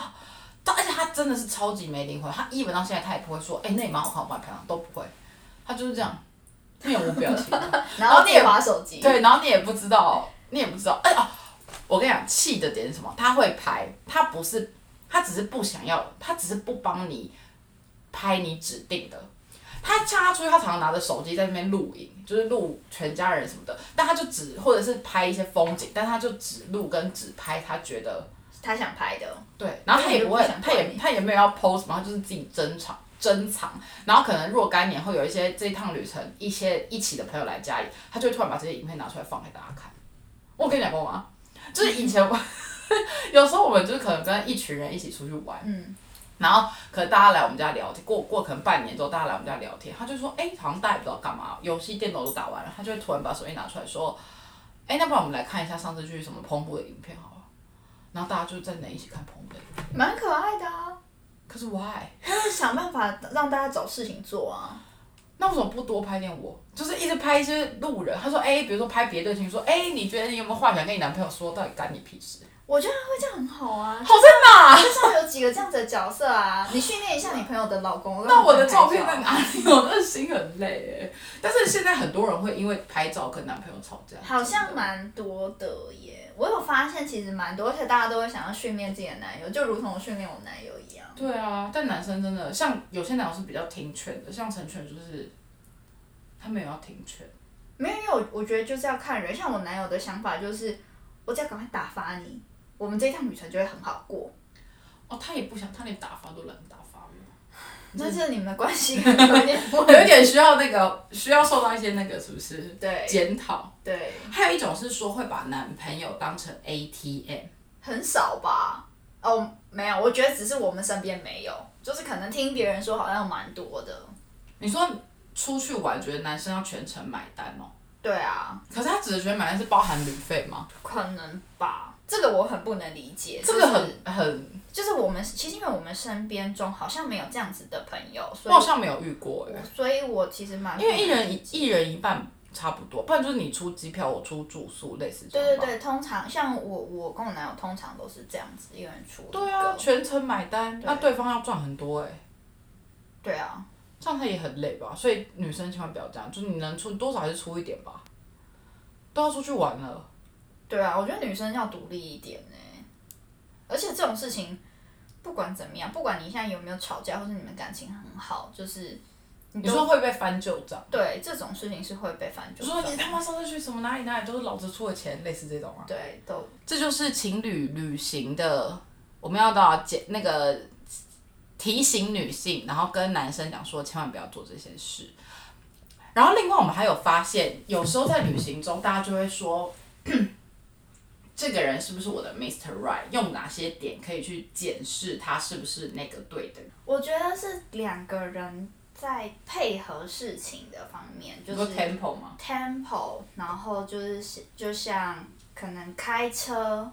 A: 但而且他真的是超级没灵魂，他一文到现在他也不会说，哎、那也蛮好看，我帮你拍上，都不会，他就是这样面无表情。
B: 然后自己
A: 然后
B: 滑手机。
A: 对，然后你也不知哦道，你也不知道，哎、啊，我跟你讲，气的点是什么？他会拍，他不是，他只是不想要，他只是不帮你拍你指定的。他像他出去，他常常拿着手机在那边录影，就是录全家人什么的，但他就只或者是拍一些风景，但他就只录跟只拍他觉得
B: 他想拍的，
A: 对，然后他也不会
B: 那你就，不
A: 他
B: 想管
A: 也
B: 你
A: 他也没有要 post 嘛，他就是自己珍藏珍藏。然后可能若干年后有一些这一趟旅程一些一起的朋友来家里，他就会突然把这些影片拿出来放给大家看。我跟你讲过吗？就是以前我 有时候我们就是可能跟一群人一起出去玩，
B: 嗯，
A: 然后可能大家来我们家聊天，过过可能半年之后大家来我们家聊天，他就说，哎、好像大家也不知道干嘛，游戏电脑都打完了，他就会突然把手机拿出来说，哎、那不然我们来看一下上次去什么澎湖的影片好了。然后大家就在那一起看澎湖的影片，
B: 蛮可爱的啊。
A: 可是 why？
B: 他是想办法让大家找事情做啊。
A: 那为什么不多拍点我？就是一直拍一些路人。他说，哎、比如说拍别对情侣，说，哎、你觉得你有没有话想跟你男朋友说？到底干你屁事？
B: 我觉得他会这样很好啊，
A: 好在哪？
B: 就像有几个这样子的角色 啊，你训练一下你朋友的老公。
A: 那我的
B: 让他
A: 照
B: 们
A: 片在
B: 拍照
A: 哪里？我的心很累哎。但是现在很多人会因为拍照跟男朋友吵架，
B: 好像蛮多的耶，我有发现其实蛮多，而且大家都会想要训练自己的男友，就如同我训练我男友一样。
A: 对啊，但男生真的像有些男生是比较听劝的，像陈全就是他没有要听劝，
B: 没有，因为我我觉得就是要看人，像我男友的想法就是，我只要赶快打发你，我们这一趟旅程就会很好过。
A: 哦，他也不想，他连打发都懒得打发 了，
B: 但是你们的关系可能有点不
A: 有一点需要那个需要受到一些那个是不是
B: 对
A: 检讨？
B: 对，
A: 还有一种是说会把男朋友当成 ATM，
B: 很少吧？哦，没有，我觉得只是我们身边没有，就是可能听别人说好像蛮多的。
A: 你说出去玩觉得男生要全程买单哦，
B: 对啊，
A: 可是他只是觉得买单是包含旅费吗？
B: 可能吧，这个我很不能理解。
A: 这
B: 就
A: 个
B: 是
A: 很很，
B: 就是我们其实因为我们身边中好像没有这样子的朋友，
A: 我
B: 所以
A: 好像没有遇过哎、
B: 所以我其实蛮
A: 因为一人一一人一半差不多，不然就是你出机票，我出住宿，类似这
B: 对对
A: 样吧。
B: 对，通常像我我跟我男友通常都是这样子，一个人出一个
A: 对啊，全程买单，那对方要赚很多哎、
B: 对啊，
A: 这样他也很累吧？所以女生千万不要这样，就是你能出多少还是出一点吧，都要出去玩了。
B: 对啊，我觉得女生要独立一点呢、而且这种事情不管怎么样，不管你现在有没有吵架，或是你们感情很好，就是你
A: 你
B: 都
A: 说会被翻旧账，
B: 对这种事情是会被翻
A: 就
B: 旧
A: 说
B: 账
A: 你。他妈上次去什么哪里哪里都是老子出的钱，类似这种啊。
B: 对，都
A: 这就是情侣旅行的，我们要到解那个提醒女性，然后跟男生讲说，千万不要做这些事。然后另外我们还有发现，有时候在旅行中，大家就会说，这个人是不是我的 Mr. Right？用哪些点可以去检视他是不是那个对的人？
B: 我觉得是两个人在配合事情的方面，就是
A: 你说 tempo 吗？
B: tempo，然后就是就像可能开车，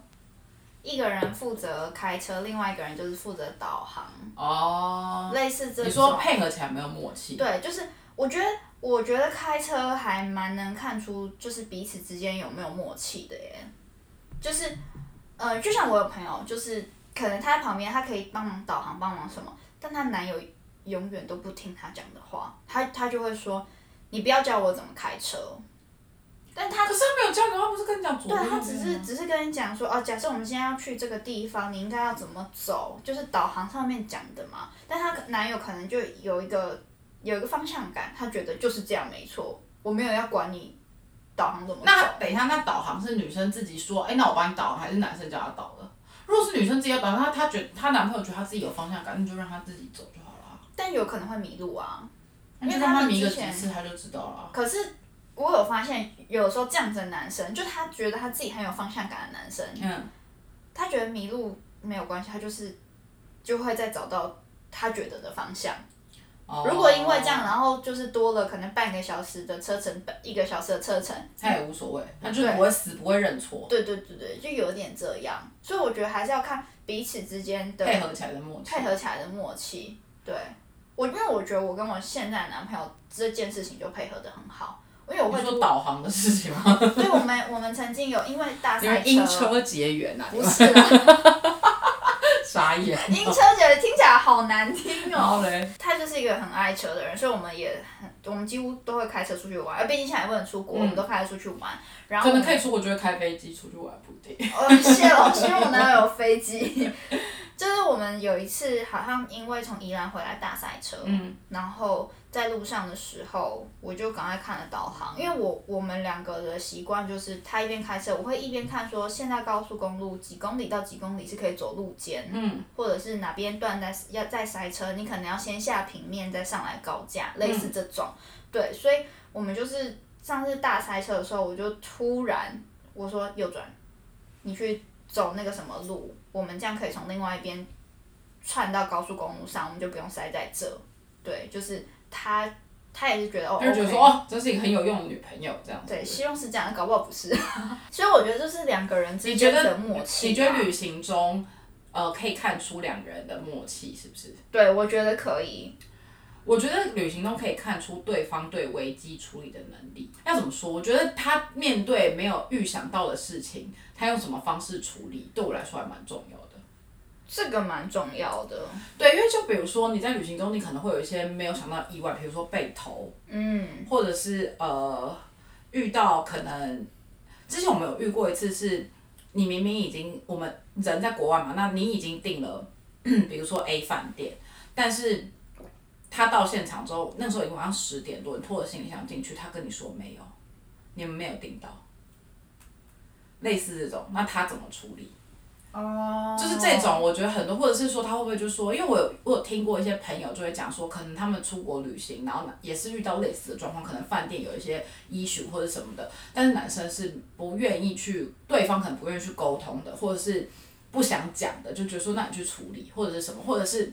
B: 一个人负责开车，另外一个人就是负责导航，
A: 哦、
B: 类似嗯这种。
A: 你说配合起来没有默契？
B: 对，就是我觉得我觉得开车还蛮能看出就是彼此之间有没有默契的耶，就是呃，就像我有朋友，就是可能他在旁边，他可以帮忙导航，帮忙什么，但她男友永远都不听她讲的话，她她就会说你不要教我怎么开车，但她
A: 可是他没有教你，他不是跟你讲左右
B: 对啊他
A: 吗
B: 只是只是跟你讲说，哦，假设我们今天要去这个地方，你应该要怎么走，就是导航上面讲的嘛。但她可男友可能就有一个有一个方向感，他觉得就是这样没错，我没有要管你导航怎么走。
A: 那等一下，那导航是女生自己说，哎、那我帮你导航，还是男生叫她导的？如果是女生自己要导航，她她觉得她男朋友觉得她自己有方向感，那就让她自己走就好了啊。
B: 但有可能会迷路啊，因为
A: 就
B: 他
A: 让她
B: 们
A: 迷个
B: 之
A: 几
B: 前
A: 次，她就知道了啊。
B: 可是我有发现，有时候这样子的男生，就他觉得他自己很有方向感的男生，
A: 嗯，
B: 他觉得迷路没有关系，他就是就会再找到他觉得的方向。
A: 哦
B: 如果因为这样，，然后就是多了可能半个小时的车程，一个小时的车程，
A: 她也无所谓， 她就是不会死，不会认错，
B: 对对对对，就有点这样。所以我觉得还是要看彼此之间的
A: 配合起来的默契。
B: 配合起来的默契。对我，因为我觉得我跟我现在的男朋友这件事情就配合的很好，因为我
A: 你
B: 会
A: 说导航的事情吗？
B: 对我们我们曾经有因为大
A: 你
B: 赛
A: 们
B: 车，
A: 因车结缘呐、啊，你
B: 不
A: 们
B: 是啦，
A: 傻眼。
B: 因车觉得听起来好难听
A: 然
B: 哦。
A: 后嘞，
B: 他就是一个很爱车的人，所以我们也很，我们几乎都会开车出去玩，呃而毕竟现在也不能出国，
A: 嗯
B: 我们都开车出去玩。然后
A: 可
B: 我
A: 能
B: 们
A: 可以出国就会开飞机出去玩，不一定。
B: 哦，谢老师，我哪有飞机？ 就是我们有一次好像因为从宜兰回来大塞车，
A: 嗯，
B: 然后在路上的时候，我就赶快看了导航，因为我我们两个的习惯就是他一边开车，我会一边看说现在高速公路几公里到几公里是可以走路肩，
A: 嗯，
B: 或者是哪边段在要再塞车，你可能要先下平面再上来高架，类
A: 嗯
B: 似这种，对，所以我们就是上次大塞车的时候，我就突然我说右转，你去走那个什么路，我们这样可以从另外一边串到高速公路上，我们就不用塞在这。对，就是他他也是觉得哦，
A: 就觉得说
B: OK
A: 哦，这是一个很有用的女朋友这样子。
B: 对，希望是这样，搞不好不是。 所以我觉得这是两个人之
A: 你觉
B: 间
A: 得
B: 的默契吧。
A: 你觉得旅行中，呃，可以看出两个人的默契是不是？
B: 对，我觉得可以。
A: 我觉得旅行中可以看出对方对危机处理的能力。要怎么说？我觉得他面对没有预想到的事情，他用什么方式处理，对我来说还蛮重要的。
B: 这个蛮重要的，
A: 对，因为就比如说你在旅行中，你可能会有一些没有想到的意外，比如说被偷，
B: 嗯，
A: 或者是呃遇到可能之前我们有遇过一次是，你明明已经我们人在国外嘛，那你已经订了， 比如说 A 饭店，但是他到现场之后，那时候已经晚上十点多，你拖着行李箱进去，他跟你说没有，你们没有订到，类似这种，那他怎么处理？
B: 哦，
A: 就是这种，我觉得很多，或者是说他会不会就说，因为我有我有听过一些朋友就会讲说，可能他们出国旅行，然后呢也是遇到类似的状况，可能饭店有一些 issue 或者什么的，但是男生是不愿意去，对方可能不愿意去沟通的，或者是不想讲的，就觉得说那你去处理或者是什么，或者是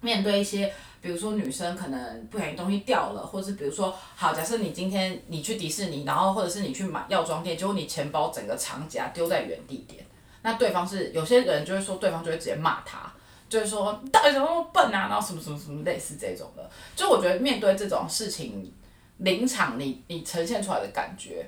A: 面对一些。比如说女生可能不小心东西掉了，或者是比如说，好，假设你今天你去迪士尼，然后或者是你去买药妆店，结果你钱包整个长夹丢在原地点，那对方是有些人就会说，对方就会直接骂他，就是说你到底怎么那么笨啊，然后什么什么什么类似这种的。就我觉得面对这种事情，临场你你呈现出来的感觉，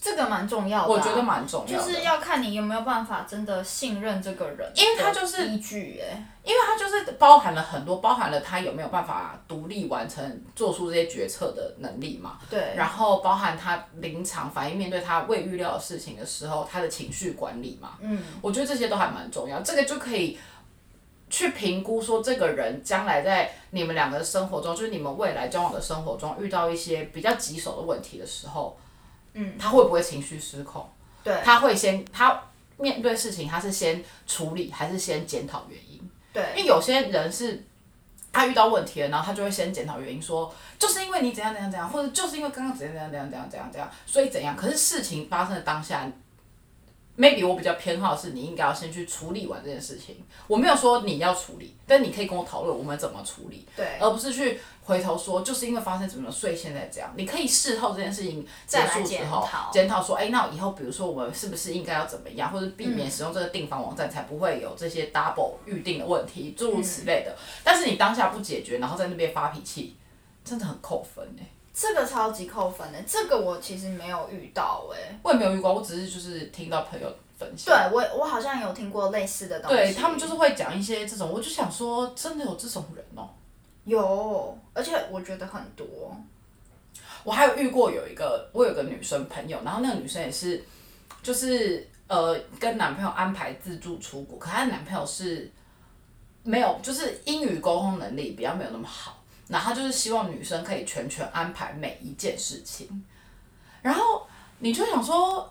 B: 这个蛮重要的啊、
A: 我觉得蛮重要
B: 就
A: 的。
B: 是要看你有没有办法真的信任这个人，
A: 因为他就是
B: 依据哎、
A: 因为它就是包含了很多，包含了他有没有办法独立完成、做出这些决策的能力嘛。
B: 对，
A: 然后包含他临场反应，面对他未预料的事情的时候，他的情绪管理嘛。
B: 嗯，
A: 我觉得这些都还蛮重要，这个就可以去评估说这个人将来在你们两个的生活中，就是你们未来交往的生活中，遇到一些比较棘手的问题的时候，
B: 嗯，
A: 他会不会情绪失控？
B: 对
A: 他会先他面对事情，他是先处理还是先检讨原因？因
B: 对，
A: 为有些人是他遇到问题了，然后他就会先检讨原因说，就是因为你怎样怎样怎样，或者就是因为刚刚怎样怎样怎样怎样怎样怎样，所以怎样。可是事情发生的当下，maybe 我比较偏好的是你应该要先去处理完这件事情。我没有说你要处理，但你可以跟我讨论我们怎么处理，
B: 对，
A: 而不是去回头说就是因为发生什么，所以现在这样。你可以事后这件事情结
B: 再来
A: 束之
B: 检
A: 后
B: 讨
A: 检讨说，哎、那以后比如说我们是不是应该要怎么样，或者避免使用这个订房网站，才不会有这些 double 预定的问题，诸如此类的。但是你当下不解决，然后在那边发脾气，真的很扣分哎、
B: 这个超级扣分的，这个我其实没有遇到哎、
A: 我也没有遇过，我只是就是听到朋友分享。
B: 对我我好像有听过类似的东西，
A: 对他们就是会讲一些这种，我就想说，真的有这种人哦、
B: 有，而且我觉得很多，
A: 我还有遇过有一个，我有个女生朋友，然后那个女生也是，就是呃跟男朋友安排自助出国，可她的男朋友是没有，就是英语沟通能力比较没有那么好，然后她就是希望女生可以全权安排每一件事情，然后你就想说，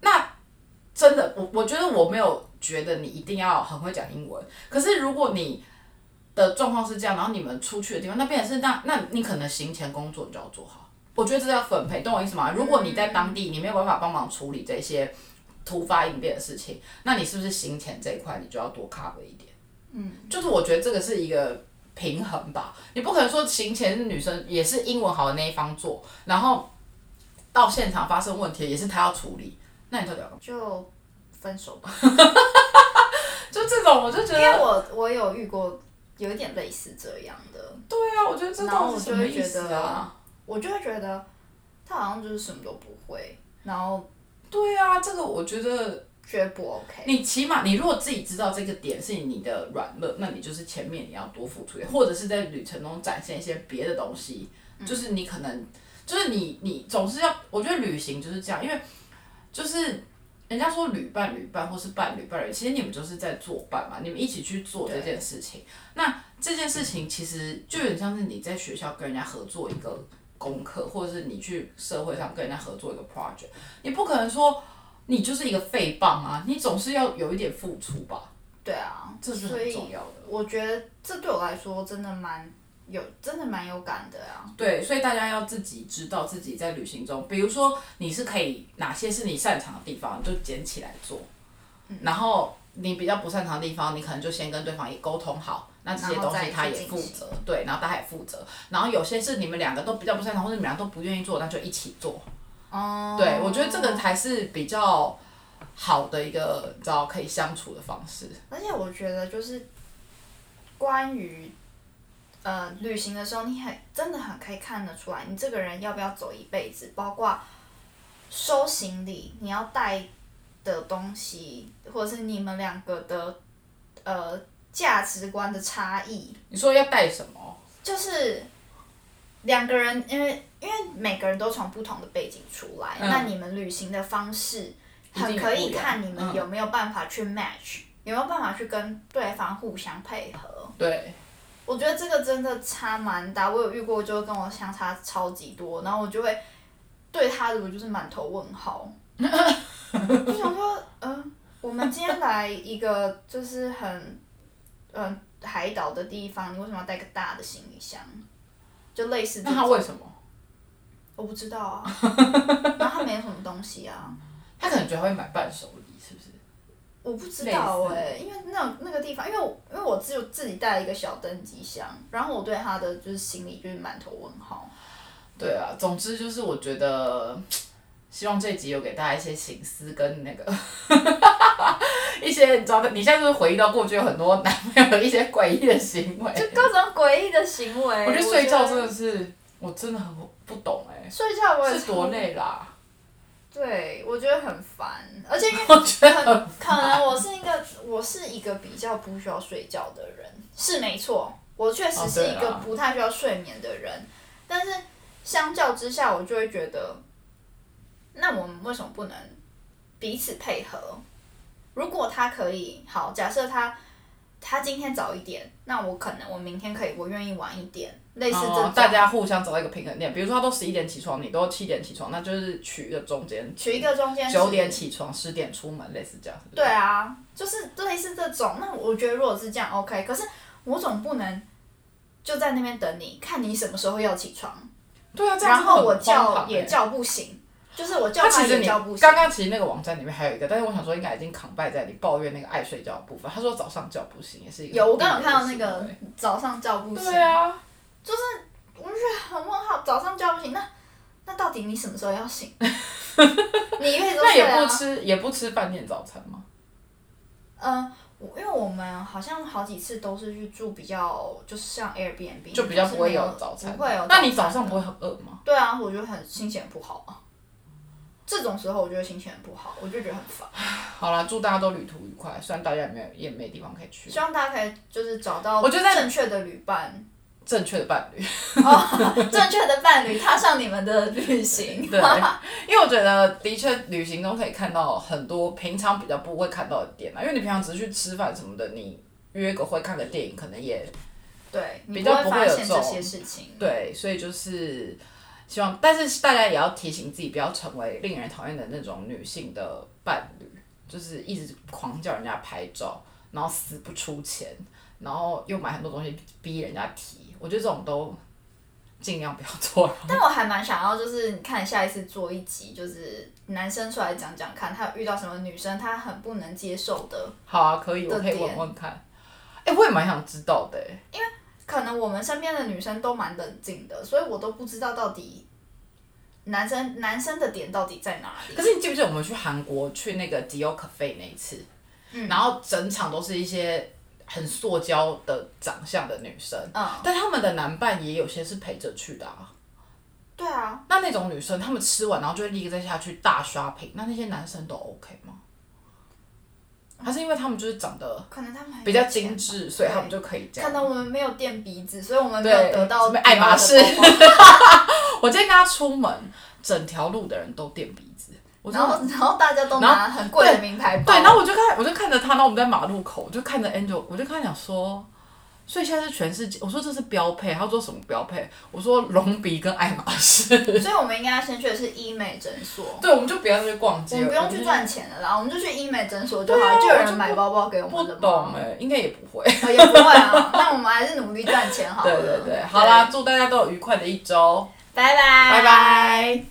A: 那真的，我我觉得我没有觉得你一定要很会讲英文，可是如果你的状况是这样，然后你们出去的地方，那边也是那那你可能行前工作你就要做好。我觉得这叫分配，懂我意思吗？如果你在当地你没有办法帮忙处理这些突发应变的事情，那你是不是行前这一块你就要多 cover 一点？嗯，就是我觉得这个是一个平衡吧，你不可能说行前是女生也是英文好的那一方做，然后到现场发生问题也是她要处理，那你到底要干嘛？
B: 就分手吧，
A: 就这种我就觉
B: 因
A: 得，
B: 为我我有遇过有一点类似这样的，
A: 对啊，我觉得这
B: 然后
A: 到底
B: 我
A: 是
B: 就
A: 什么
B: 会
A: 意
B: 觉
A: 思
B: 得
A: 啊？
B: 我就会觉得他好像就是什么都不会，然后
A: 对啊，这个我觉得
B: 觉得不 OK，
A: 你起码你如果自己知道这个点是你的软肋，那你就是前面你要多付出一点，或者是在旅程中展现一些别的东西，就是你可能就是你你总是要，我觉得旅行就是这样，因为就是。人家说旅伴旅伴或是伴侣伴侣，其实你们就是在作伴嘛，你们一起去做这件事情。那这件事情其实就有点像是你在学校跟人家合作一个功课，或者是你去社会上跟人家合作一个 project，你不可能说你就是一个废棒啊，你总是要有一点付出吧，
B: 对啊，
A: 这是
B: 所
A: 很
B: 以
A: 重要的。
B: 我觉得这对我来说真的蛮有，真的蛮有感的啊。
A: 对，所以大家要自己知道自己在旅行中，比如说你是可以哪些是你擅长的地方，你就捡起来做。
B: 嗯
A: 然后你比较不擅长的地方，你可能就先跟对方也沟通好，那这些
B: 然后
A: 东
B: 再
A: 西他也
B: 去进
A: 负
B: 行
A: 责，对，然后他也负责。然后有些是你们两个都比较不擅长，或者你们俩都不愿意做，那就一起做。
B: 哦、
A: 对，我觉得这个才是比较好的一个，你知道可以相处的方式。
B: 而且我觉得就是关于呃旅行的时候，你很真的很可以看得出来，你这个人要不要走一辈子，包括收行李你要带的东西，或者是你们两个的呃价值观的差异，
A: 你说要带什么？
B: 就是两个人，因为因为每个人都从不同的背景出来，
A: 嗯
B: 那你们旅行的方式很
A: 一定
B: 可
A: 不
B: 以
A: 一样
B: 看你们
A: 嗯
B: 有没有办法去 match，、有没有办法去跟对方互相配合。
A: 对，
B: 我觉得这个真的差蛮大，我有遇过，就跟我相差超级多，然后我就会对他的我就是满头问号， 就想说，嗯、我们今天来一个就是很，嗯、海岛的地方，你为什么要带个大的行李箱？就类似这
A: 那他
B: 种，
A: 为什么？
B: 我不知道啊，然后他没有什么东西啊，
A: 他可能觉得他会买伴手礼，是不是？
B: 我不知道哎、
A: 类
B: 因为那种那个地方，因为我因为我只有自己带了一个小登机箱，然后我对他的就是行李就是满头问号。
A: 对啊，总之就是我觉得，希望这一集有给大家一些醒思跟那个 一些你知道的，你现在就是回忆到过去有很多男朋友的一些诡异的行为。
B: 就各种诡异的行为。
A: 我觉得睡觉真的是，我真的很不懂哎、
B: 睡觉我也
A: 是多？累啦。
B: 对，我觉得很烦，而且因为
A: 我觉得
B: 可可能我是一个我是一个比较不需要睡觉的人，是没错，我确实
A: 哦
B: 是
A: 对
B: 一个
A: 啦
B: 不太需要睡眠的人，但是相较之下，我就会觉得，那我们为什么不能彼此配合？如果他可以，好，假设他他今天早一点，那我可能我明天可以，我愿意晚一点， 类似这种、
A: 哦大家互相找到一个平衡点，比如说他都十一点起床，你都七点起床，那就是取一个中间，
B: 取一个中间值
A: 九点起床，十点出门，类似这样。是不是
B: 对啊，就是类似这种。那我觉得如果是这样 OK，可是我总不能就在那边等你，看你什么时候要起床，
A: 对啊，这样
B: 然
A: 真的
B: 后
A: 很
B: 我
A: 荒
B: 叫
A: 唐
B: 也
A: 欸
B: 叫不醒，就是我哦叫
A: 他其
B: 他
A: 实
B: 也
A: 你
B: 叫不醒
A: 刚。刚其实那个网站里面还有一个，但是我想说应该已经扛败在你抱怨那个爱睡觉的部分。他说早上叫不醒也是一个
B: 有，我
A: 地雷
B: 刚有看到那
A: 行
B: 个
A: 为
B: 早上叫不醒，
A: 对啊，
B: 很问号，早上叫不醒，那那到底你什么时候要 醒？你一辈子都
A: 那
B: 睡
A: 也不
B: 啊？
A: 吃也不吃饭店早餐吗？
B: 嗯、我因为我们好像好几次都是去住比较，就是像 Airbnb，
A: 就比较
B: 是
A: 不会
B: 没有
A: 有早餐，
B: 不会有。
A: 那你早上不会很饿吗？
B: 对啊，我觉得很心情很不好啊。这种时候我就会心情很不好，我就觉得很烦。
A: 好啦，祝大家都旅途愉快，虽然大家也没有也没地方可以去，
B: 希望大家可以就是找到
A: 我觉得
B: 正确的旅伴，
A: 正确的伴侣。
B: 哦，正确的伴侣，踏上你们的旅 行。
A: 对，因为我觉得的确旅行中可以看到很多平常比较不会看到的点啊，因为你平常只是去吃饭什么的，你约个会看个电影，可能也
B: 对，你
A: 比
B: 不
A: 较
B: 会
A: 不会
B: 发
A: 有
B: 现
A: 这
B: 这
A: 种
B: 些事情。
A: 对，所以就是希望，但是大家也要提醒自己，不要成为令人讨厌的那种女性的伴侣，就是一直狂叫人家拍照，然后死不出钱，然后又买很多东西逼人家提。我觉得这种都尽量不要做。
B: 但我还蛮想要，就是你看下一次做一集，就是男生出来讲讲看，他有遇到什么女生他很不能接受的，
A: 好啊，可以，我可以问问看。哎、我也蛮想知道的、欸。
B: 可能我们身边的女生都蛮冷静的，所以我都不知道到底男生男生的点到底在哪里。
A: 可是你记不记得我们去韩国去那个迪欧 cafe 那一次，然后整场都是一些很塑胶的长相的女生，
B: 嗯
A: 但他们的男伴也有些是陪着去的啊。
B: 对啊，
A: 那那种女生，她们吃完然后就会立刻再下去大刷屏，那那些男生都 OK 吗？还是因为他们就是长得
B: 可能他们很有
A: 比较精
B: 钱
A: 致，所以他们就可以这
B: 可
A: 样。
B: 能我们没有垫鼻子，所以我们没有
A: 对
B: 得到
A: 什么爱马仕
B: 迪奥的包包
A: 我今天跟他出门，整条路的人都垫鼻子，我真
B: 然
A: 的
B: 后然后大家都拿很贵的名牌包，
A: 对，然后我就看，我就看着他，然后我们在马路口，我就看着 Angel，我就看他讲说，所以现在是全世界，我说这是标配，他说什么标配？我说隆鼻跟爱马仕，
B: 所以我们应该先去的是医美诊所，
A: 对，我们就不要去逛街，
B: 我们不用去赚钱了啦，我们就去医美诊所就好了，就有人买包包给我
A: 啊我
B: 们
A: 就
B: 的
A: 不。不懂
B: 嘛
A: 哎、。应该也不会。
B: 哦也不会啊，那我们还是努力赚钱好
A: 对
B: 了。
A: 对对，好啦，，祝大家都有愉快的一周，
B: 拜拜，
A: 拜拜。